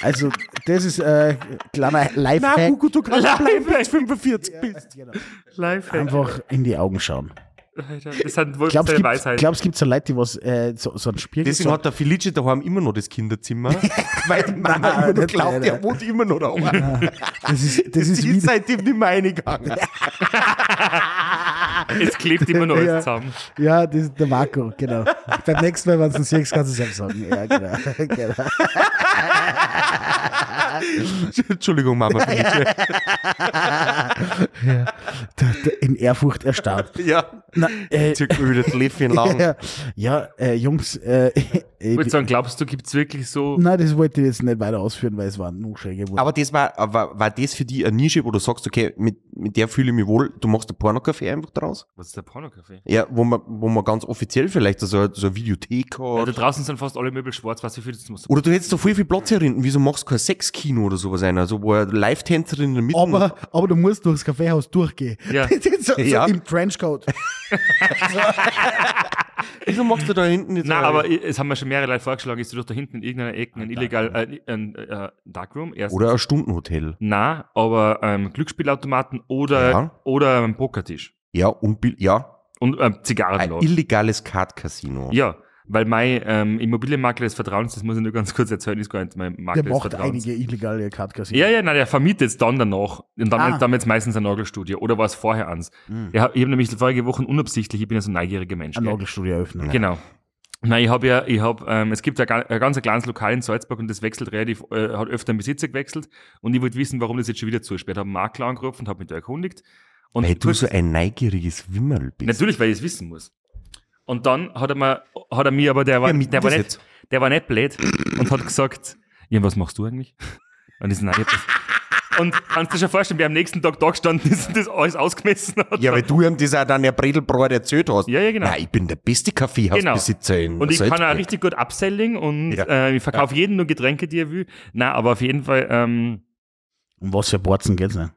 also das ist äh, kleiner Na, Lifehack. Hugo, du kannst bleiben, wenn du 45 bist. Genau. Live. Einfach in die Augen schauen. Das sind wohl Glaubst seine du, Weisheit. glaubst, gibt es so Leute, die was, äh, so, so ein Spiel Deswegen hat der Felice daheim immer noch das Kinderzimmer, weil die Mama Nein, immer noch nicht glaubt, leider. er wohnt immer noch da. Das ist, das ist Die ist wieder, seitdem nicht mehr reingegangen. Es klebt immer noch Ja. alles zusammen. ja, das ist der Marco, genau. Beim nächsten Mal, wenn du es siehst, kannst du es selbst sagen. Ja, genau. genau. Entschuldigung, Mama Felice. Der, der in Ehrfurcht erstarrt. Ja. Na, äh, Zirkt mir wieder das Läffchen lang. ja, ja äh, Jungs, äh, Ich äh, würde sagen, glaubst du, gibt's wirklich so. nein, das wollte ich jetzt nicht weiter ausführen, weil es waren nur schräge Worte. Aber das war, war, war das für dich eine Nische, wo du sagst, okay, mit, mit der fühle ich mich wohl, du machst ein Pornografie einfach draus? Was ist der Pornografie? Ja, wo man, wo man ganz offiziell vielleicht so, so eine Videothek Ja, hat. da draußen sind fast alle Möbel schwarz, was ich für das muss. oder du hättest da voll viel Platz herinnen. Wieso machst du kein Sexkino oder sowas ein? Also, wo eine Live-Tänzerin in der Mitte. Aber, aber du musst durchs Kaffeehaus durchgehen. Ja. so, so Ja. Im Trenchcoat. wieso machst du da hinten jetzt? Nein, eine- aber ich- es haben mir schon mehrere Leute vorgeschlagen, ist du doch da hinten in irgendeiner Ecke ein illegal, äh, ein äh, Darkroom. Erst Oder ein Stundenhotel. Na, aber ähm, Glücksspielautomaten oder, Ja. oder ähm, Pokertisch. Ja, und, Bil- ja, Und ähm, ein Zigarrenladen. illegales Card-Casino. Ja, weil mein ähm, Immobilienmakler des Vertrauens, das muss ich nur ganz kurz erzählen, ist gar nicht mein Makler Der des macht Vertrauens. einige illegale Cardcasinos. Ja, ja, nein, der vermietet es dann danach. Und dann, Ah. Hm. dann jetzt meistens ein Nagelstudio. Oder war es vorher eins? Ich habe hab nämlich vorige Woche unabsichtlich, ich bin ja so ein neugieriger Mensch. Ein gell? Nagelstudio eröffnen. Genau. Nein, ich habe ja, ich habe, ähm, es gibt ja ga- ein ganz ein kleines Lokal in Salzburg und das wechselt relativ, äh, hat öfter einen Besitzer gewechselt und ich wollte wissen, warum das jetzt schon wieder zusperrt. Habe einen Makler angerufen und habe mich da erkundigt. Und Weil du kurz- so ein neugieriges Wimmerl bist. Natürlich, weil ich es wissen muss. Und dann hat er, mir, hat er mir aber, der war, Ja, mit der, war das nicht, jetzt. der war nicht blöd und hat gesagt, ja, was machst du eigentlich? Und ich so, nein, ich hab das, Und kannst du dir schon vorstellen, wer am nächsten Tag da gestanden ist und das alles ausgemessen hat? Ja, weil du ihm das auch dann ja Bredelbräut erzählt hast. Ja, ja, genau. Nein, ich bin der beste Kaffeehausbesitzer in Und ich kann auch Salzburg. richtig gut Upselling und Ja. äh, ich verkaufe jeden nur Getränke, die er will. Na, aber auf jeden Fall, ähm, Um was für Borzen geht's nicht?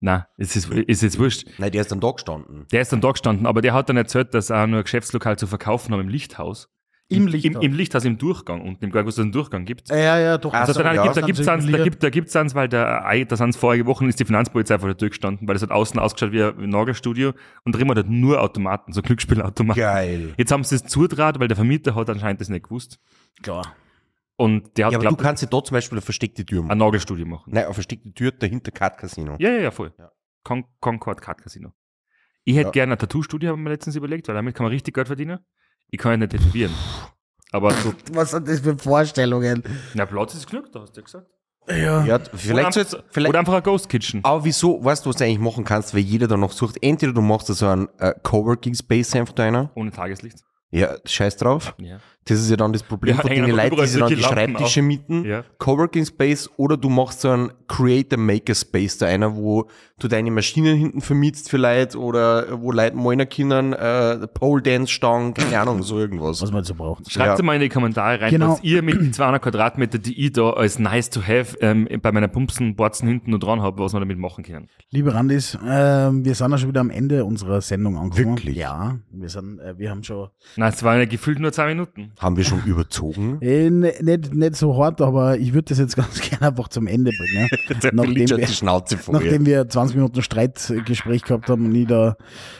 na, es ist, ist jetzt wurscht. Nein, der ist dann da gestanden. Der ist dann da gestanden, aber der hat dann erzählt, dass er nur ein Geschäftslokal zu verkaufen haben im Lichthaus. Im Im, im Lichthaus im Durchgang unten, im gar nicht, was es einen Durchgang gibt. ja, ja, doch. Ach Also so, dann, ja. da gibt da gibt's eins, da Liga. gibt da gibt's eins, weil der Ei- da sind vorige Wochen ist die Finanzpolizei vor der Tür gestanden, weil das hat außen ausgeschaut wie ein Nagelstudio und drin hat halt nur Automaten, so Glücksspielautomaten. Geil. Jetzt haben sie es zudraht, weil der Vermieter hat anscheinend das nicht gewusst. Klar. Und der hat Ja, aber du glaubt, kannst dir da zum Beispiel eine versteckte Tür ein machen. Nagelstudio machen. Nein, eine versteckte Tür dahinter Card Casino. Ja, ja, ja, voll. Ja. Con Concord Card Casino. Ich hätte Ja. gerne ein Tattoo-Studio, haben wir letztens überlegt, weil damit kann man richtig Geld verdienen. Ich kann ja nicht tätowieren. Aber so, Was sind das für Vorstellungen? na, Platz ist genug, da hast du ja gesagt. Ja. Ja, Oder, vielleicht einfach, sollst, vielleicht, Ah. oder einfach ein Ghost Kitchen. aber wieso, weißt du, was du eigentlich machen kannst, weil jeder da noch sucht? Entweder du machst da so einen äh, Coworking Space einfach deiner. Ohne Tageslicht. Ja, scheiß drauf. Ja. Das ist ja dann das Problem Ja, von hängen den einfach Leuten, die überall sich dann die solche Lampen Schreibtische auf. mieten. Ja. Coworking Space oder du machst so einen Creator Maker Space da einer, wo du deine Maschinen hinten vermietst für Leute oder wo Leute meiner Kindern äh, Pole Dance stangen, keine Ahnung, so irgendwas. Was man so braucht. Schreibt Ja. mal in die Kommentare rein, Genau. was ihr mit den 200 Quadratmeter, die ich da als nice to have ähm, bei meiner Pumpsen, Borzen hinten und dran habe, was man damit machen kann. Liebe Randis, ähm, wir sind ja schon wieder am Ende unserer Sendung angekommen. Wirklich? Ja, wir sind, äh, wir haben schon Na, es waren ja gefühlt nur zwei Minuten. Haben wir schon überzogen? äh, n- nicht, nicht so hart, aber ich würde das jetzt ganz gerne einfach zum Ende bringen. ne? nachdem, Bleach hat wir, die Schnauze vor ihr. nachdem wir 20 Minuten Streitgespräch gehabt haben und ich da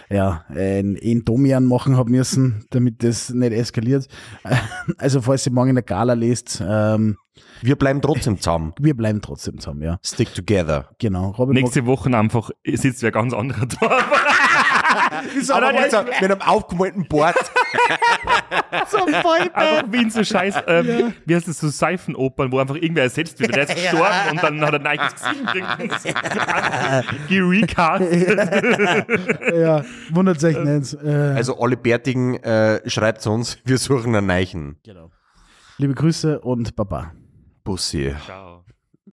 ja, ein Endomian machen habe müssen, damit das nicht eskaliert. Also falls ihr morgen in der Gala lest, ähm, Wir bleiben trotzdem zusammen. wir bleiben trotzdem zusammen, ja. Stick together. Genau. Robin Nächste Woche einfach sitzt wer ganz anderer da. Ist aber nicht- jetzt mit einem aufgemalten Board. zum Einfach wie in so scheiß, ähm, wie heißt das, so Seifenopern, wo einfach irgendwer ersetzt wird. Der ist gestorben und dann hat er ein neues Gesicht gekriegt. Gerecast. ja, wundert euch nicht. Äh, Also alle Bärtigen, äh, schreibt uns, wir suchen einen Neichen. Liebe Grüße und Baba. Bussi. Ciao.